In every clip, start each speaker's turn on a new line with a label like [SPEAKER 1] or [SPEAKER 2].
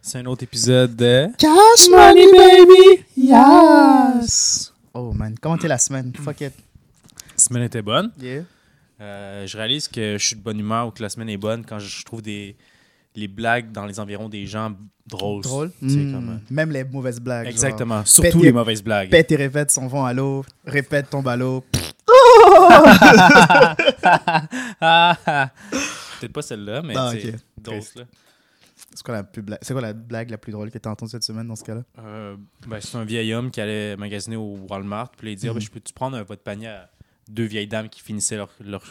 [SPEAKER 1] C'est un autre épisode de...
[SPEAKER 2] Cash Money Baby! Yes! Oh man, comment t'es la semaine? Fuck it.
[SPEAKER 1] La semaine était bonne.
[SPEAKER 2] Yeah.
[SPEAKER 1] Euh, je réalise que je suis de bonne humeur ou que la semaine est bonne quand je trouve des les blagues dans les environs des gens drôles.
[SPEAKER 2] Drôle.
[SPEAKER 1] Tu sais,
[SPEAKER 2] Mm.
[SPEAKER 1] comme, euh,
[SPEAKER 2] Même les mauvaises blagues. genre.
[SPEAKER 1] Exactement. Surtout
[SPEAKER 2] Pète-
[SPEAKER 1] les mauvaises blagues.
[SPEAKER 2] Pète et répète s'en vont à l'eau. Répète tombe à l'eau.
[SPEAKER 1] Ah, ah. Peut-être pas celle-là, mais
[SPEAKER 2] Ah,
[SPEAKER 1] c'est
[SPEAKER 2] ok. Triste.
[SPEAKER 1] d'autres. là.
[SPEAKER 2] C'est quoi, la plus blague- c'est quoi la blague la plus drôle que t'as entendue cette semaine dans ce cas-là?
[SPEAKER 1] Euh, ben, c'est un vieil homme qui allait magasiner au Walmart. Puis là, il dit
[SPEAKER 2] Mhm.
[SPEAKER 1] Ah, ben, Je peux-tu prendre un, votre panier à deux vieilles dames qui finissaient leur, leur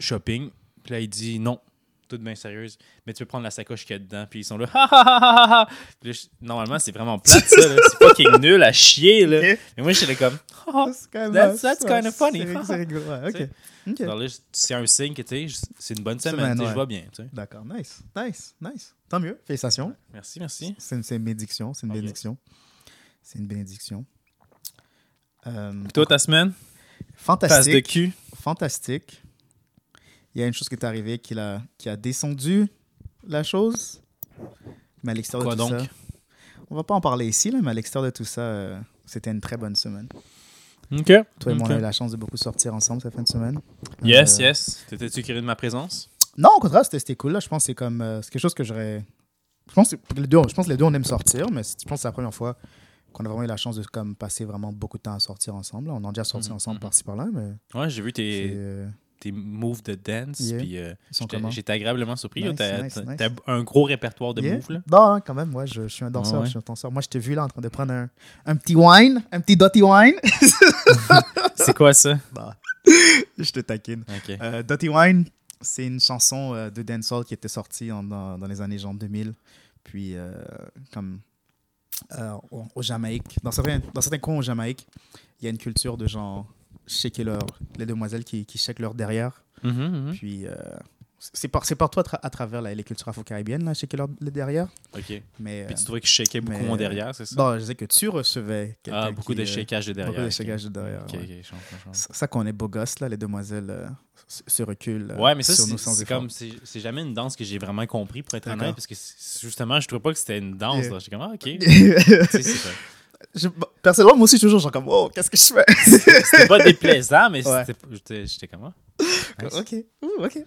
[SPEAKER 1] shopping Puis là, il dit Non, toute bien sérieuse, mais tu peux prendre la sacoche qu'il y a dedans. Puis ils sont là Ha ha ha ha, ha Puis là, je- Normalement, c'est vraiment plate, ça. là. C'est pas qu'il est nul à chier. Là.
[SPEAKER 2] Ok.
[SPEAKER 1] Mais moi, j'étais comme Ah,
[SPEAKER 2] C'est quand même-
[SPEAKER 1] That's- that's
[SPEAKER 2] ça,
[SPEAKER 1] kinda funny.
[SPEAKER 2] c'est- C'est rigolo. Ouais, ok. Ok.
[SPEAKER 1] Alors là, c'est un signe que tu sais, c'est une bonne semaine.
[SPEAKER 2] Semaine,
[SPEAKER 1] tu sais,
[SPEAKER 2] ouais.
[SPEAKER 1] Je vois bien. tu sais.
[SPEAKER 2] D'accord, nice, nice, nice. Tant mieux. Félicitations.
[SPEAKER 1] Merci, merci.
[SPEAKER 2] C'est une, c'est une bénédiction. C'est une
[SPEAKER 1] Ok.
[SPEAKER 2] bénédiction. C'est une bénédiction. Euh,
[SPEAKER 1] Toi, ta semaine Passe de
[SPEAKER 2] fantastique.
[SPEAKER 1] cul.
[SPEAKER 2] Fantastique. Il y a une chose qui est arrivée qui a, qui a descendu la chose. Mais à l'extérieur de
[SPEAKER 1] Quoi
[SPEAKER 2] tout
[SPEAKER 1] donc?
[SPEAKER 2] ça. On va pas en parler ici, là, mais à l'extérieur de tout ça, euh, c'était une très bonne semaine.
[SPEAKER 1] Ok.
[SPEAKER 2] Toi et moi,
[SPEAKER 1] Ok.
[SPEAKER 2] on a eu la chance de beaucoup sortir ensemble cette fin de semaine.
[SPEAKER 1] Yes,
[SPEAKER 2] Euh,
[SPEAKER 1] yes. T'étais-tu curieux de ma présence
[SPEAKER 2] Non, au contraire, c'était c'était cool. Là. Je pense que c'est comme. euh, c'est quelque chose que j'aurais. Je pense que les deux, je pense que les deux, on aime sortir, mais c'est- je pense que c'est la première fois qu'on a vraiment eu la chance de comme, passer vraiment beaucoup de temps à sortir ensemble. là. On en a déjà sorti
[SPEAKER 1] Mhm,
[SPEAKER 2] ensemble
[SPEAKER 1] mhm.
[SPEAKER 2] par-ci par-là, mais.
[SPEAKER 1] Ouais, j'ai vu
[SPEAKER 2] c'est,
[SPEAKER 1] tes.
[SPEAKER 2] euh,
[SPEAKER 1] tes moves de dance.
[SPEAKER 2] Yeah.
[SPEAKER 1] Puis euh,
[SPEAKER 2] ils sont
[SPEAKER 1] j'étais-
[SPEAKER 2] comment
[SPEAKER 1] j'étais agréablement surpris.
[SPEAKER 2] Nice,
[SPEAKER 1] T'as
[SPEAKER 2] nice,
[SPEAKER 1] t'as-
[SPEAKER 2] nice.
[SPEAKER 1] t'as un gros répertoire de
[SPEAKER 2] Yeah.
[SPEAKER 1] moves. Là.
[SPEAKER 2] Non, hein, quand même, moi, je, je suis un danseur.
[SPEAKER 1] Ah ouais.
[SPEAKER 2] Je suis un danseur. Moi, je t'ai vu là en train de prendre un, un petit wine, un petit dotty wine.
[SPEAKER 1] C'est quoi ça?
[SPEAKER 2] Bah, je te taquine.
[SPEAKER 1] Ok.
[SPEAKER 2] Euh, Dirty Wine, c'est une chanson euh, de dancehall qui était sortie en- dans, dans les années genre 2000. Puis, euh, comme euh, au, au Jamaïque, dans certains, dans certains coins au Jamaïque, il y a une culture de genre shaker leur, les demoiselles qui, qui shakent leur derrière.
[SPEAKER 1] Mhm, mhm.
[SPEAKER 2] Puis, euh, c'est par, c'est partout à, tra- à travers la- les cultures afro-caribéennes, là, shaker leur le derrière.
[SPEAKER 1] Ok. Puis
[SPEAKER 2] Mais, euh,
[SPEAKER 1] tu trouvais que je shakais beaucoup
[SPEAKER 2] mais,
[SPEAKER 1] mon
[SPEAKER 2] euh,
[SPEAKER 1] derrière, c'est ça?
[SPEAKER 2] non, je disais que tu recevais quelqu'un
[SPEAKER 1] ah, beaucoup
[SPEAKER 2] qui,
[SPEAKER 1] de
[SPEAKER 2] euh,
[SPEAKER 1] shakage de derrière.
[SPEAKER 2] Beaucoup de
[SPEAKER 1] ok.
[SPEAKER 2] shakage de derrière.
[SPEAKER 1] Ok,
[SPEAKER 2] ouais.
[SPEAKER 1] ok, je comprends, je comprends.
[SPEAKER 2] C'est ça qu'on est beau gosse, là, les demoiselles euh, se- se reculent euh,
[SPEAKER 1] Ouais, mais ça,
[SPEAKER 2] sur
[SPEAKER 1] c'est-
[SPEAKER 2] nous sans
[SPEAKER 1] c'est
[SPEAKER 2] effort.
[SPEAKER 1] comme. C'est c'est jamais une danse que j'ai vraiment compris, pour être
[SPEAKER 2] D'accord.
[SPEAKER 1] honnête, parce que c'est- justement, je trouvais pas que c'était une danse.
[SPEAKER 2] Yeah.
[SPEAKER 1] là. J'étais comme, ah, ok. Tu sais,
[SPEAKER 2] Je-
[SPEAKER 1] c'est ça.
[SPEAKER 2] bon, personnellement, moi aussi, je suis toujours genre comme, oh, qu'est-ce que je fais?
[SPEAKER 1] C'était pas déplaisant, mais
[SPEAKER 2] Ouais.
[SPEAKER 1] c'était pas- j'étais- j'étais comme, ah,
[SPEAKER 2] ok, ouh, ok.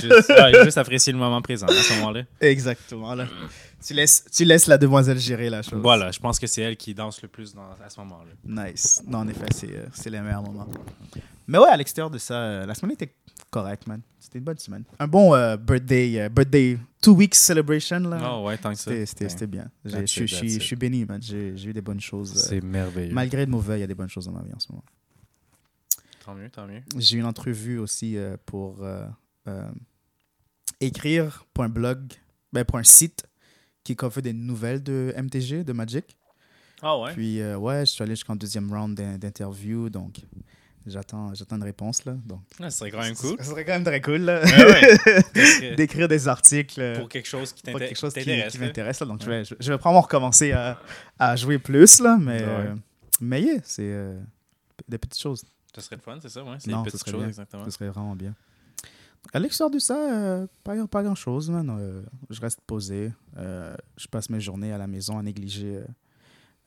[SPEAKER 1] juste, ouais, juste apprécier le moment présent à ce moment-là.
[SPEAKER 2] Exactement, là. Tu laisses, tu laisses la demoiselle gérer la chose.
[SPEAKER 1] Mm. Voilà, je pense que c'est elle qui danse le plus dans- à ce moment-là.
[SPEAKER 2] Nice. Non, en effet, c'est, euh, c'est les meilleurs moments. Mais ouais, à l'extérieur de ça, euh, la semaine était correcte, man. C'était une bonne semaine. Un bon euh, birthday, euh, birthday two weeks celebration, là.
[SPEAKER 1] Non, Ah ouais, tant que ça.
[SPEAKER 2] C'était, c'était,
[SPEAKER 1] Ouais.
[SPEAKER 2] c'était bien. J'ai-
[SPEAKER 1] That's
[SPEAKER 2] Je suis-
[SPEAKER 1] it,
[SPEAKER 2] je
[SPEAKER 1] that's
[SPEAKER 2] suis
[SPEAKER 1] it.
[SPEAKER 2] je suis béni, man. J'ai, j'ai eu des bonnes choses. euh,
[SPEAKER 1] C'est merveilleux.
[SPEAKER 2] Malgré le mauvais, il y a des bonnes choses dans ma vie en ce moment.
[SPEAKER 1] Tant mieux, tant mieux.
[SPEAKER 2] j'ai eu une entrevue aussi euh, pour euh, euh, écrire pour un blog, ben, pour un site qui couvre des nouvelles de MTG, de Magic.
[SPEAKER 1] Ah ouais?
[SPEAKER 2] Puis, euh, ouais, je suis allé jusqu'en deuxième round d'in- d'interview, donc j'attends, j'attends une réponse, là. Donc,
[SPEAKER 1] Ah, ce serait quand même cool. Ah
[SPEAKER 2] Ce serait quand même très cool, là,
[SPEAKER 1] Ouais, ouais. Parce que
[SPEAKER 2] d'écrire des articles euh,
[SPEAKER 1] Pour quelque chose qui
[SPEAKER 2] pour
[SPEAKER 1] t'inté-
[SPEAKER 2] quelque chose qui,
[SPEAKER 1] t'intéresse. hein?
[SPEAKER 2] qui
[SPEAKER 1] là.
[SPEAKER 2] m'intéresse, là. Donc, je, vais, je, je vais probablement recommencer à, à jouer plus, là, mais,
[SPEAKER 1] Ouais.
[SPEAKER 2] euh, mais yeah, c'est euh, des petites choses.
[SPEAKER 1] Ce serait le fun, c'est ça? Ouais, c'est une
[SPEAKER 2] Non, ce
[SPEAKER 1] petite
[SPEAKER 2] serait
[SPEAKER 1] chose,
[SPEAKER 2] bien.
[SPEAKER 1] exactement.
[SPEAKER 2] Ce serait vraiment bien. À l'extérieur de ça, euh, pas, pas grand-chose, man. Euh, je reste posé. Euh, je passe mes journées à la maison à négliger euh,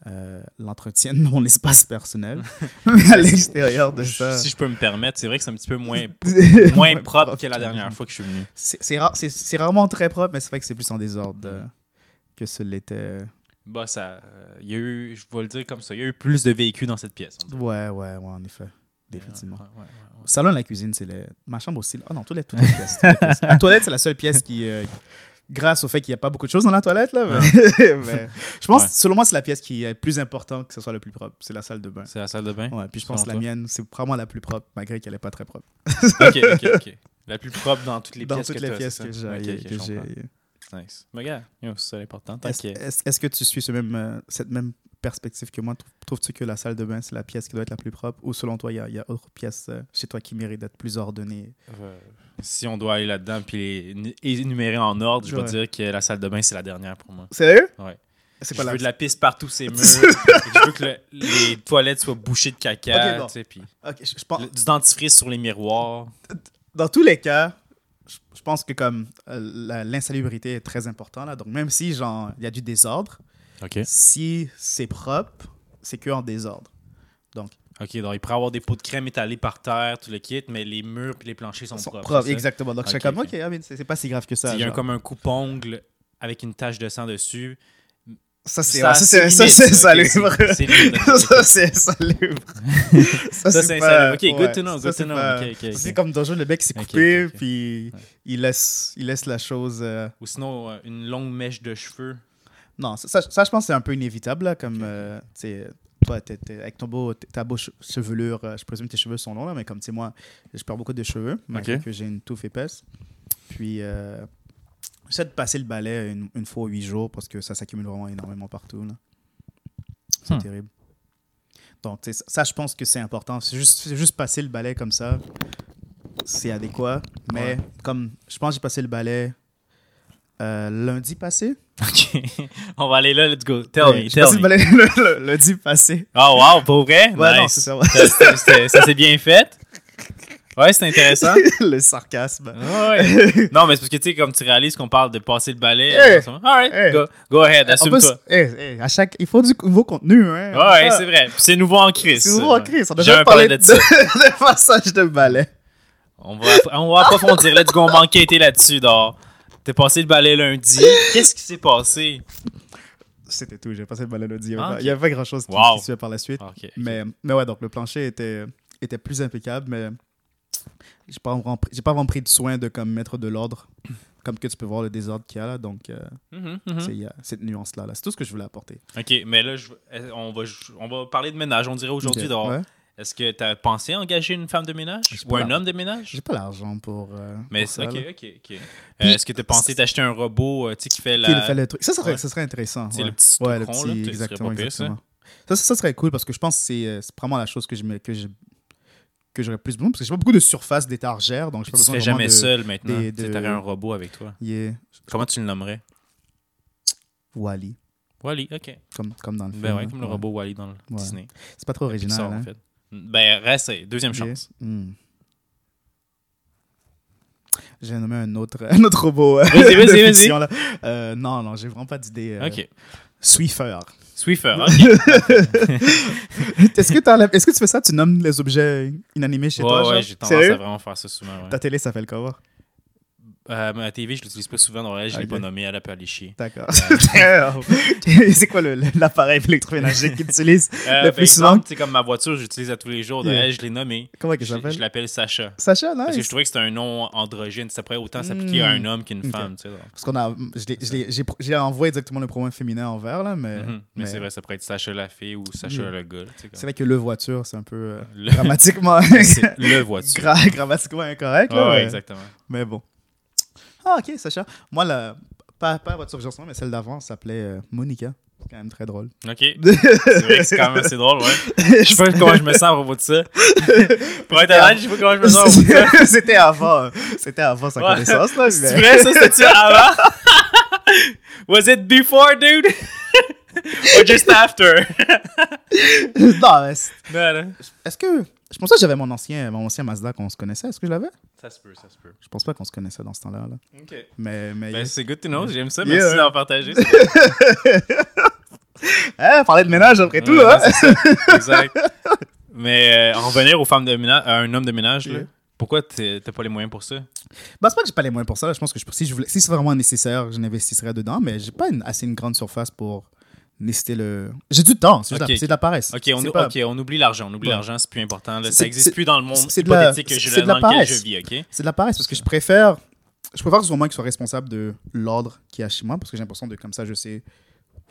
[SPEAKER 2] euh, l'entretien de mon espace personnel. Mais à l'extérieur de ça...
[SPEAKER 1] Si je peux me permettre, c'est vrai que c'est un petit peu moins, moins
[SPEAKER 2] Moins
[SPEAKER 1] propre que la dernière fois que je suis venu.
[SPEAKER 2] C'est c'est rare- c'est- c'est rarement très propre, mais c'est vrai que c'est plus en désordre euh, que ce l'était.
[SPEAKER 1] Bah, ça. euh, Il y a eu, je vais le dire comme ça, il y a eu plus de véhicules dans cette pièce. on dirait.
[SPEAKER 2] Ouais, ouais, ouais, en effet. Définitivement.
[SPEAKER 1] Ouais, ouais, ouais, ouais.
[SPEAKER 2] Salon et la cuisine, c'est le... ma chambre aussi. Ah non, toilette, toutes les pièces. toutes les pièces. La toilette, c'est la seule pièce qui, euh, grâce au fait qu'il n'y a pas beaucoup de choses dans la toilette, là, mais- mais je pense,
[SPEAKER 1] Ouais.
[SPEAKER 2] selon moi, c'est la pièce qui est plus importante que ce soit le plus propre. C'est la salle de bain.
[SPEAKER 1] C'est la salle de bain?
[SPEAKER 2] Ouais, puis je pense que la
[SPEAKER 1] Selon
[SPEAKER 2] mienne, c'est probablement la plus propre, malgré qu'elle n'est pas très propre.
[SPEAKER 1] ok, ok, ok. La plus propre dans toutes les
[SPEAKER 2] dans
[SPEAKER 1] pièces
[SPEAKER 2] toutes
[SPEAKER 1] que
[SPEAKER 2] les
[SPEAKER 1] t'as,
[SPEAKER 2] pièces
[SPEAKER 1] c'est
[SPEAKER 2] que j'ai.
[SPEAKER 1] ça? Ok, ok,
[SPEAKER 2] que
[SPEAKER 1] je
[SPEAKER 2] j'ai-
[SPEAKER 1] comprends. Nice. Mais regarde, yo, c'est important.
[SPEAKER 2] Est-ce
[SPEAKER 1] T'inquiète.
[SPEAKER 2] est-ce- est-ce que tu suis ce même, euh, cette même perspective que moi Trou- Trouves-tu que la salle de bain, c'est la pièce qui doit être la plus propre Ou selon toi, il y a- il y, a autre pièce euh, chez toi qui mérite d'être plus ordonnée
[SPEAKER 1] Euh, si on doit aller là-dedans puis les énumérer en ordre, je vais
[SPEAKER 2] Ouais.
[SPEAKER 1] dire que la salle de bain, c'est la dernière pour moi.
[SPEAKER 2] Sérieux
[SPEAKER 1] Ouais. je
[SPEAKER 2] C'est quoi la
[SPEAKER 1] veux de la piste partout ces murs. je veux que le- les toilettes soient bouchées de caca,
[SPEAKER 2] Ok, bon.
[SPEAKER 1] tu sais, puis
[SPEAKER 2] Ok, je, je pense...
[SPEAKER 1] le- du dentifrice sur les miroirs.
[SPEAKER 2] dans tous les cas, je je pense que comme euh, la- l'insalubrité est très importante là, donc même si genre il y a du désordre,
[SPEAKER 1] OK.
[SPEAKER 2] si c'est propre, c'est que en désordre. Donc
[SPEAKER 1] OK, donc il pourrait avoir des pots de crème étalés par terre, tout le kit, mais les murs puis les planchers sont,
[SPEAKER 2] sont
[SPEAKER 1] propres.
[SPEAKER 2] propres,
[SPEAKER 1] c'est ça?
[SPEAKER 2] exactement. Donc je suis
[SPEAKER 1] Ok,
[SPEAKER 2] comme
[SPEAKER 1] ok.
[SPEAKER 2] ok, ah, mais c'est c'est pas si grave que ça.
[SPEAKER 1] Il y a un-
[SPEAKER 2] genre.
[SPEAKER 1] comme un coupe-ongle avec une tache de sang dessus.
[SPEAKER 2] Ça c'est
[SPEAKER 1] Ça,
[SPEAKER 2] ouais, ça c'est ça
[SPEAKER 1] limite,
[SPEAKER 2] c'est
[SPEAKER 1] ok, c'est-
[SPEAKER 2] salubre.
[SPEAKER 1] c'est limite, ok.
[SPEAKER 2] Ça c'est salubre.
[SPEAKER 1] Ça, c'est
[SPEAKER 2] pas-
[SPEAKER 1] insalubre. Ok, good to know,
[SPEAKER 2] ça,
[SPEAKER 1] good to
[SPEAKER 2] c'est
[SPEAKER 1] know.
[SPEAKER 2] pas-
[SPEAKER 1] Ok, ok,
[SPEAKER 2] ça,
[SPEAKER 1] ok.
[SPEAKER 2] C'est comme Donjon, le mec s'est
[SPEAKER 1] Ok,
[SPEAKER 2] coupé
[SPEAKER 1] ok, ok.
[SPEAKER 2] puis il laisse il laisse la chose. euh,
[SPEAKER 1] Ou sinon, euh, une longue mèche de cheveux.
[SPEAKER 2] Non, ça, ça, ça, je pense que c'est un peu inévitable, là, comme, euh, tu sais, toi, t'es- t'es- avec ton beau, ta beau che- chevelure, euh, je présume que tes cheveux sont longs, là, mais comme, tu sais, moi, je perds beaucoup de cheveux, malgré
[SPEAKER 1] Ok.
[SPEAKER 2] que j'ai une touffe épaisse. Puis, euh, j'essaie de passer le balai une, une fois aux huit jours, parce que ça s'accumule vraiment énormément partout, là. C'est
[SPEAKER 1] Hmm.
[SPEAKER 2] terrible. Donc, tu sais, ça, ça, je pense que c'est important. C'est juste, c'est juste passer le balai comme ça, c'est adéquat. Mais,
[SPEAKER 1] Ouais.
[SPEAKER 2] comme, je pense que j'ai passé le balai euh, lundi passé.
[SPEAKER 1] OK. On va aller là, let's go. Tell
[SPEAKER 2] Ouais,
[SPEAKER 1] me,
[SPEAKER 2] j'ai passé
[SPEAKER 1] tell
[SPEAKER 2] le
[SPEAKER 1] me.
[SPEAKER 2] balai le, le- lundi passé.
[SPEAKER 1] Oh, wow, pour vrai?
[SPEAKER 2] Ouais, non, c'est
[SPEAKER 1] nice. Ça-
[SPEAKER 2] ça.
[SPEAKER 1] ça- ça- ça s'est bien fait. Ouais, c'est intéressant.
[SPEAKER 2] le sarcasme.
[SPEAKER 1] Ouais. Non, mais c'est parce que tu sais, comme tu réalises qu'on parle de passer le balai.
[SPEAKER 2] Hey!
[SPEAKER 1] euh, en ce moment. Alright,
[SPEAKER 2] Hey!
[SPEAKER 1] go, go ahead,
[SPEAKER 2] En plus,
[SPEAKER 1] assume-toi.
[SPEAKER 2] hey, hey, à chaque, il faut du nouveau contenu. Hein.
[SPEAKER 1] Ouais, ouais, c'est vrai. Puis C'est nouveau en crise.
[SPEAKER 2] C'est nouveau en crise. On a
[SPEAKER 1] J'ai
[SPEAKER 2] déjà
[SPEAKER 1] un
[SPEAKER 2] parlé de,
[SPEAKER 1] parlé de ça.
[SPEAKER 2] de passage de balai.
[SPEAKER 1] On va, on va approfondir. Let's go, on va enquêter là-dessus. dehors. T'es passé le balai lundi. Qu'est-ce qui s'est passé?
[SPEAKER 2] C'était tout. J'ai passé le balai lundi. Il n'y
[SPEAKER 1] Ah,
[SPEAKER 2] avait,
[SPEAKER 1] ok.
[SPEAKER 2] pas- il y avait pas grand-chose qui,
[SPEAKER 1] Wow. Ah,
[SPEAKER 2] qui suivait par la suite.
[SPEAKER 1] Ok.
[SPEAKER 2] Mais, mais ouais, donc le plancher était, était plus impeccable, mais j'ai pas vraiment pris, j'ai pas vraiment pris de soin de comme, mettre de l'ordre. Comme que tu peux voir le désordre qu'il y a là. Donc, euh,
[SPEAKER 1] Mhm, mhm.
[SPEAKER 2] c'est- il y a cette nuance-là. Là. C'est tout ce que je voulais apporter.
[SPEAKER 1] Ok, mais là, je- euh, on, va, on va parler de ménage, on dirait aujourd'hui.
[SPEAKER 2] Ok.
[SPEAKER 1] dehors.
[SPEAKER 2] Ouais.
[SPEAKER 1] Est-ce que t'as pensé à engager une femme de ménage
[SPEAKER 2] sais
[SPEAKER 1] ou un
[SPEAKER 2] pas.
[SPEAKER 1] homme de ménage?
[SPEAKER 2] J'ai pas l'argent pour. euh,
[SPEAKER 1] Mais
[SPEAKER 2] pour ça,
[SPEAKER 1] ok,
[SPEAKER 2] là.
[SPEAKER 1] ok, ok. Euh, Est-ce que t'as pensé t'acheter un robot euh, tu sais, qui fait la.
[SPEAKER 2] Qui fait le truc. Ça, ça serait,
[SPEAKER 1] Ouais.
[SPEAKER 2] ça serait intéressant.
[SPEAKER 1] C'est
[SPEAKER 2] ouais.
[SPEAKER 1] le petit
[SPEAKER 2] Ouais,
[SPEAKER 1] toucan, là, tu- ce serait
[SPEAKER 2] exactement,
[SPEAKER 1] pas pire, ça.
[SPEAKER 2] exactement. Ça, ça, ça serait cool parce que je pense que c'est euh, c'est vraiment la chose que je me- que je- que j'aurais plus besoin parce que j'ai pas beaucoup de surface d'étagère donc j'ai pas
[SPEAKER 1] Tu
[SPEAKER 2] besoin
[SPEAKER 1] serais
[SPEAKER 2] vraiment
[SPEAKER 1] jamais
[SPEAKER 2] de-
[SPEAKER 1] seul maintenant.
[SPEAKER 2] des-
[SPEAKER 1] Tu
[SPEAKER 2] de-
[SPEAKER 1] aurais un robot avec toi.
[SPEAKER 2] Yeah.
[SPEAKER 1] Comment tu le nommerais?
[SPEAKER 2] Wally
[SPEAKER 1] Wally, ok.
[SPEAKER 2] comme comme dans le film.
[SPEAKER 1] Ben ouais,
[SPEAKER 2] là.
[SPEAKER 1] comme le robot Wally dans le
[SPEAKER 2] Ouais.
[SPEAKER 1] Disney.
[SPEAKER 2] C'est pas trop original.
[SPEAKER 1] Pixar,
[SPEAKER 2] hein.
[SPEAKER 1] en fait. Ben, reste, deuxième
[SPEAKER 2] Yeah.
[SPEAKER 1] chance.
[SPEAKER 2] Hmm. J'ai nommé un autre, un autre robot. euh,
[SPEAKER 1] Vas-y,
[SPEAKER 2] de
[SPEAKER 1] vas-y, vas-y.
[SPEAKER 2] fiction, là. Euh, non, non, j'ai vraiment pas d'idée. euh,
[SPEAKER 1] Ok.
[SPEAKER 2] Swiffer.
[SPEAKER 1] Swiffer, ok.
[SPEAKER 2] Est-ce que, t'as la- est-ce que tu fais ça Tu nommes les objets inanimés chez
[SPEAKER 1] ouais,
[SPEAKER 2] toi
[SPEAKER 1] ouais,
[SPEAKER 2] genre?
[SPEAKER 1] j'ai tendance
[SPEAKER 2] Sérieux
[SPEAKER 1] à vraiment faire ça souvent. Ouais.
[SPEAKER 2] Ta télé, ça fait le cover.
[SPEAKER 1] Euh, ma TV, je l'utilise pas souvent, donc elle, je l'ai
[SPEAKER 2] Ok.
[SPEAKER 1] pas nommée, elle a peut aller chier.
[SPEAKER 2] D'accord. c'est quoi le- le- l'appareil électroménager qu'ils utilisent
[SPEAKER 1] Euh,
[SPEAKER 2] Le
[SPEAKER 1] par
[SPEAKER 2] plus souvent-
[SPEAKER 1] exemple, tu sais, comme ma voiture, j'utilise à tous les jours, donc
[SPEAKER 2] Yeah.
[SPEAKER 1] elle, je l'ai nommée.
[SPEAKER 2] Comment il
[SPEAKER 1] Je, je
[SPEAKER 2] s'appelle
[SPEAKER 1] l'appelle Sacha.
[SPEAKER 2] Sacha, non
[SPEAKER 1] Parce que je trouvais que c'était un nom androgyne, ça pourrait autant s'appliquer à un
[SPEAKER 2] Mm.
[SPEAKER 1] homme qu'une
[SPEAKER 2] Ok.
[SPEAKER 1] femme, tu sais. donc.
[SPEAKER 2] Parce qu'on a. je l'ai- je l'ai- J'ai pro- j'ai envoyé exactement le pronom féminin en vert, là, mais.
[SPEAKER 1] Mhm. Mais, c'est vrai, ça pourrait être Sacha la fille ou Sacha
[SPEAKER 2] Yeah.
[SPEAKER 1] le gars. tu sais, comme-
[SPEAKER 2] c'est vrai que le voiture, c'est un peu euh,
[SPEAKER 1] Le-
[SPEAKER 2] grammatiquement.
[SPEAKER 1] c'est le voiture. Ah
[SPEAKER 2] gra- grammatiquement incorrect,
[SPEAKER 1] Ouais,
[SPEAKER 2] là,
[SPEAKER 1] ouais,
[SPEAKER 2] mais-
[SPEAKER 1] exactement.
[SPEAKER 2] mais, bon. Ah, ok, Sacha. Moi, la. Pas, pas la voiture que j'ai en ce moment, mais celle d'avant s'appelait euh, Monica. C'est quand même très drôle.
[SPEAKER 1] Ok. C'est vrai que c'est quand même assez drôle, ouais. Je sais pas comment je me sens à propos de ça. Pour être honnête, je sais pas comment je me sens à propos de ça.
[SPEAKER 2] C'était avant, euh, c'était avant sa
[SPEAKER 1] Ouais.
[SPEAKER 2] connaissance, là.
[SPEAKER 1] C'est
[SPEAKER 2] mais-
[SPEAKER 1] vrai, ça, c'était-tu avant? Was it before, dude? Or just after?
[SPEAKER 2] non, mais c'est-
[SPEAKER 1] Non, non.
[SPEAKER 2] Est-ce que. Je pensais que j'avais mon ancien, mon ancien Mazda qu'on se connaissait. Est-ce que je l'avais
[SPEAKER 1] Ça se peut, ça se peut.
[SPEAKER 2] Je pense pas qu'on se connaissait dans ce temps-là. là.
[SPEAKER 1] Ok.
[SPEAKER 2] Mais. mais
[SPEAKER 1] Ben, c'est good to know, j'aime ça.
[SPEAKER 2] Yeah.
[SPEAKER 1] Merci d'en partager.
[SPEAKER 2] Eh, parler de ménage après tout,
[SPEAKER 1] Ouais,
[SPEAKER 2] hein
[SPEAKER 1] c'est ça. Exact. Mais euh, en revenir aux femmes de ménage, à un homme de ménage, là,
[SPEAKER 2] Yeah.
[SPEAKER 1] pourquoi t'es- t'as pas les moyens pour ça?
[SPEAKER 2] Bah, c'est pas que j'ai pas les moyens pour ça. là. Je pense que je- si, je voulais, si c'est vraiment nécessaire, je n'investirais dedans. Mais j'ai pas une- assez une grande surface pour nécessiter le. J'ai du temps, c'est juste
[SPEAKER 1] Ok,
[SPEAKER 2] la-
[SPEAKER 1] ok.
[SPEAKER 2] c'est de la paresse.
[SPEAKER 1] Ok, on,
[SPEAKER 2] C'est pas-
[SPEAKER 1] ok, on oublie l'argent. On oublie
[SPEAKER 2] Ouais.
[SPEAKER 1] l'argent, c'est plus important. là.
[SPEAKER 2] C'est-
[SPEAKER 1] ça n'existe
[SPEAKER 2] c'est-
[SPEAKER 1] plus dans le monde
[SPEAKER 2] c'est de la-
[SPEAKER 1] hypothétique que
[SPEAKER 2] c'est-
[SPEAKER 1] je-
[SPEAKER 2] c'est de la
[SPEAKER 1] dans lequel je
[SPEAKER 2] paresse.
[SPEAKER 1] vis, ok?
[SPEAKER 2] C'est de la paresse parce que je préfère. Je préfère que ce soit moi qui soit responsable de l'ordre qu'il y a chez moi parce que j'ai l'impression de comme ça, je sais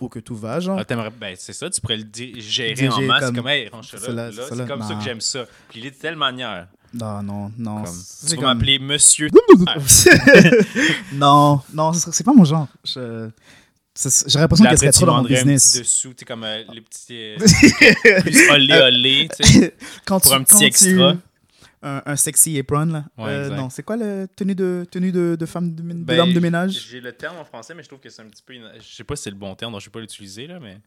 [SPEAKER 2] où que tout va. Genre.
[SPEAKER 1] Ah, t'aimerais- ben, c'est ça, tu pourrais le di- gérer
[SPEAKER 2] Diriger
[SPEAKER 1] en masse.
[SPEAKER 2] comme-
[SPEAKER 1] Comme, hey, range-le
[SPEAKER 2] ça là,
[SPEAKER 1] là,
[SPEAKER 2] ça là.
[SPEAKER 1] c'est comme ça
[SPEAKER 2] Non.
[SPEAKER 1] que j'aime ça. Puis il est de telle manière.
[SPEAKER 2] Non, non, non.
[SPEAKER 1] Comme,
[SPEAKER 2] c'est
[SPEAKER 1] tu peux
[SPEAKER 2] comme-
[SPEAKER 1] m'appeler monsieur.
[SPEAKER 2] non, non, ce serait- c'est pas mon genre. Je- c'est- J'ai l'impression qu'elle serait trop dans mon
[SPEAKER 1] demanderais un petit
[SPEAKER 2] business.
[SPEAKER 1] dessous, tu sais, comme euh, les petits. euh, plus olé olé, tu sais.
[SPEAKER 2] quand
[SPEAKER 1] Pour un petit extra.
[SPEAKER 2] Un, un sexy apron, là.
[SPEAKER 1] Ouais,
[SPEAKER 2] Euh,
[SPEAKER 1] exact.
[SPEAKER 2] non, c'est quoi le tenue de, tenue de, de femme de, mé- de
[SPEAKER 1] Ben,
[SPEAKER 2] l'homme de ménage
[SPEAKER 1] J'ai le terme en français, mais je trouve que c'est un petit peu. ina- Je sais pas si c'est le bon terme, donc je vais pas l'utiliser, là, mais.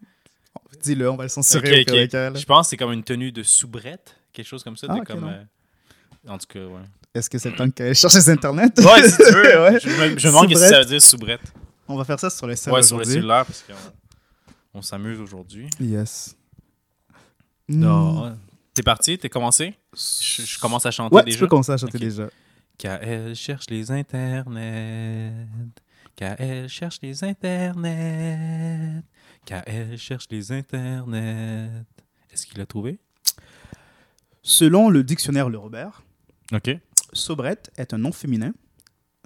[SPEAKER 2] Dis-le, on va le censurer
[SPEAKER 1] Ok,
[SPEAKER 2] au
[SPEAKER 1] ok.
[SPEAKER 2] Québec, là.
[SPEAKER 1] Je pense que c'est comme une tenue de soubrette, quelque chose comme ça.
[SPEAKER 2] Ah,
[SPEAKER 1] de
[SPEAKER 2] ok,
[SPEAKER 1] comme,
[SPEAKER 2] non.
[SPEAKER 1] euh, En tout cas, ouais.
[SPEAKER 2] Est-ce que c'est le temps que je cherche les internet?
[SPEAKER 1] Ouais, si tu veux.
[SPEAKER 2] Ouais.
[SPEAKER 1] Je me, je me demande ce que
[SPEAKER 2] Soubrette.
[SPEAKER 1] ça veut dire soubrette.
[SPEAKER 2] On va faire ça sur le cell
[SPEAKER 1] Ouais, sur le
[SPEAKER 2] aujourd'hui.
[SPEAKER 1] cellulaire, parce qu'on on s'amuse aujourd'hui.
[SPEAKER 2] Yes. Mm.
[SPEAKER 1] Non. T'es parti, t'es commencé? Je, je commence à chanter
[SPEAKER 2] Ouais, tu
[SPEAKER 1] déjà.
[SPEAKER 2] peux commencer à chanter
[SPEAKER 1] Ok.
[SPEAKER 2] déjà.
[SPEAKER 1] Car elle cherche les internets. Car elle cherche les internets. Car elle cherche les internets. Est-ce qu'il l'a trouvé?
[SPEAKER 2] Selon le dictionnaire Le Robert,
[SPEAKER 1] OK.
[SPEAKER 2] soubrette est un nom féminin,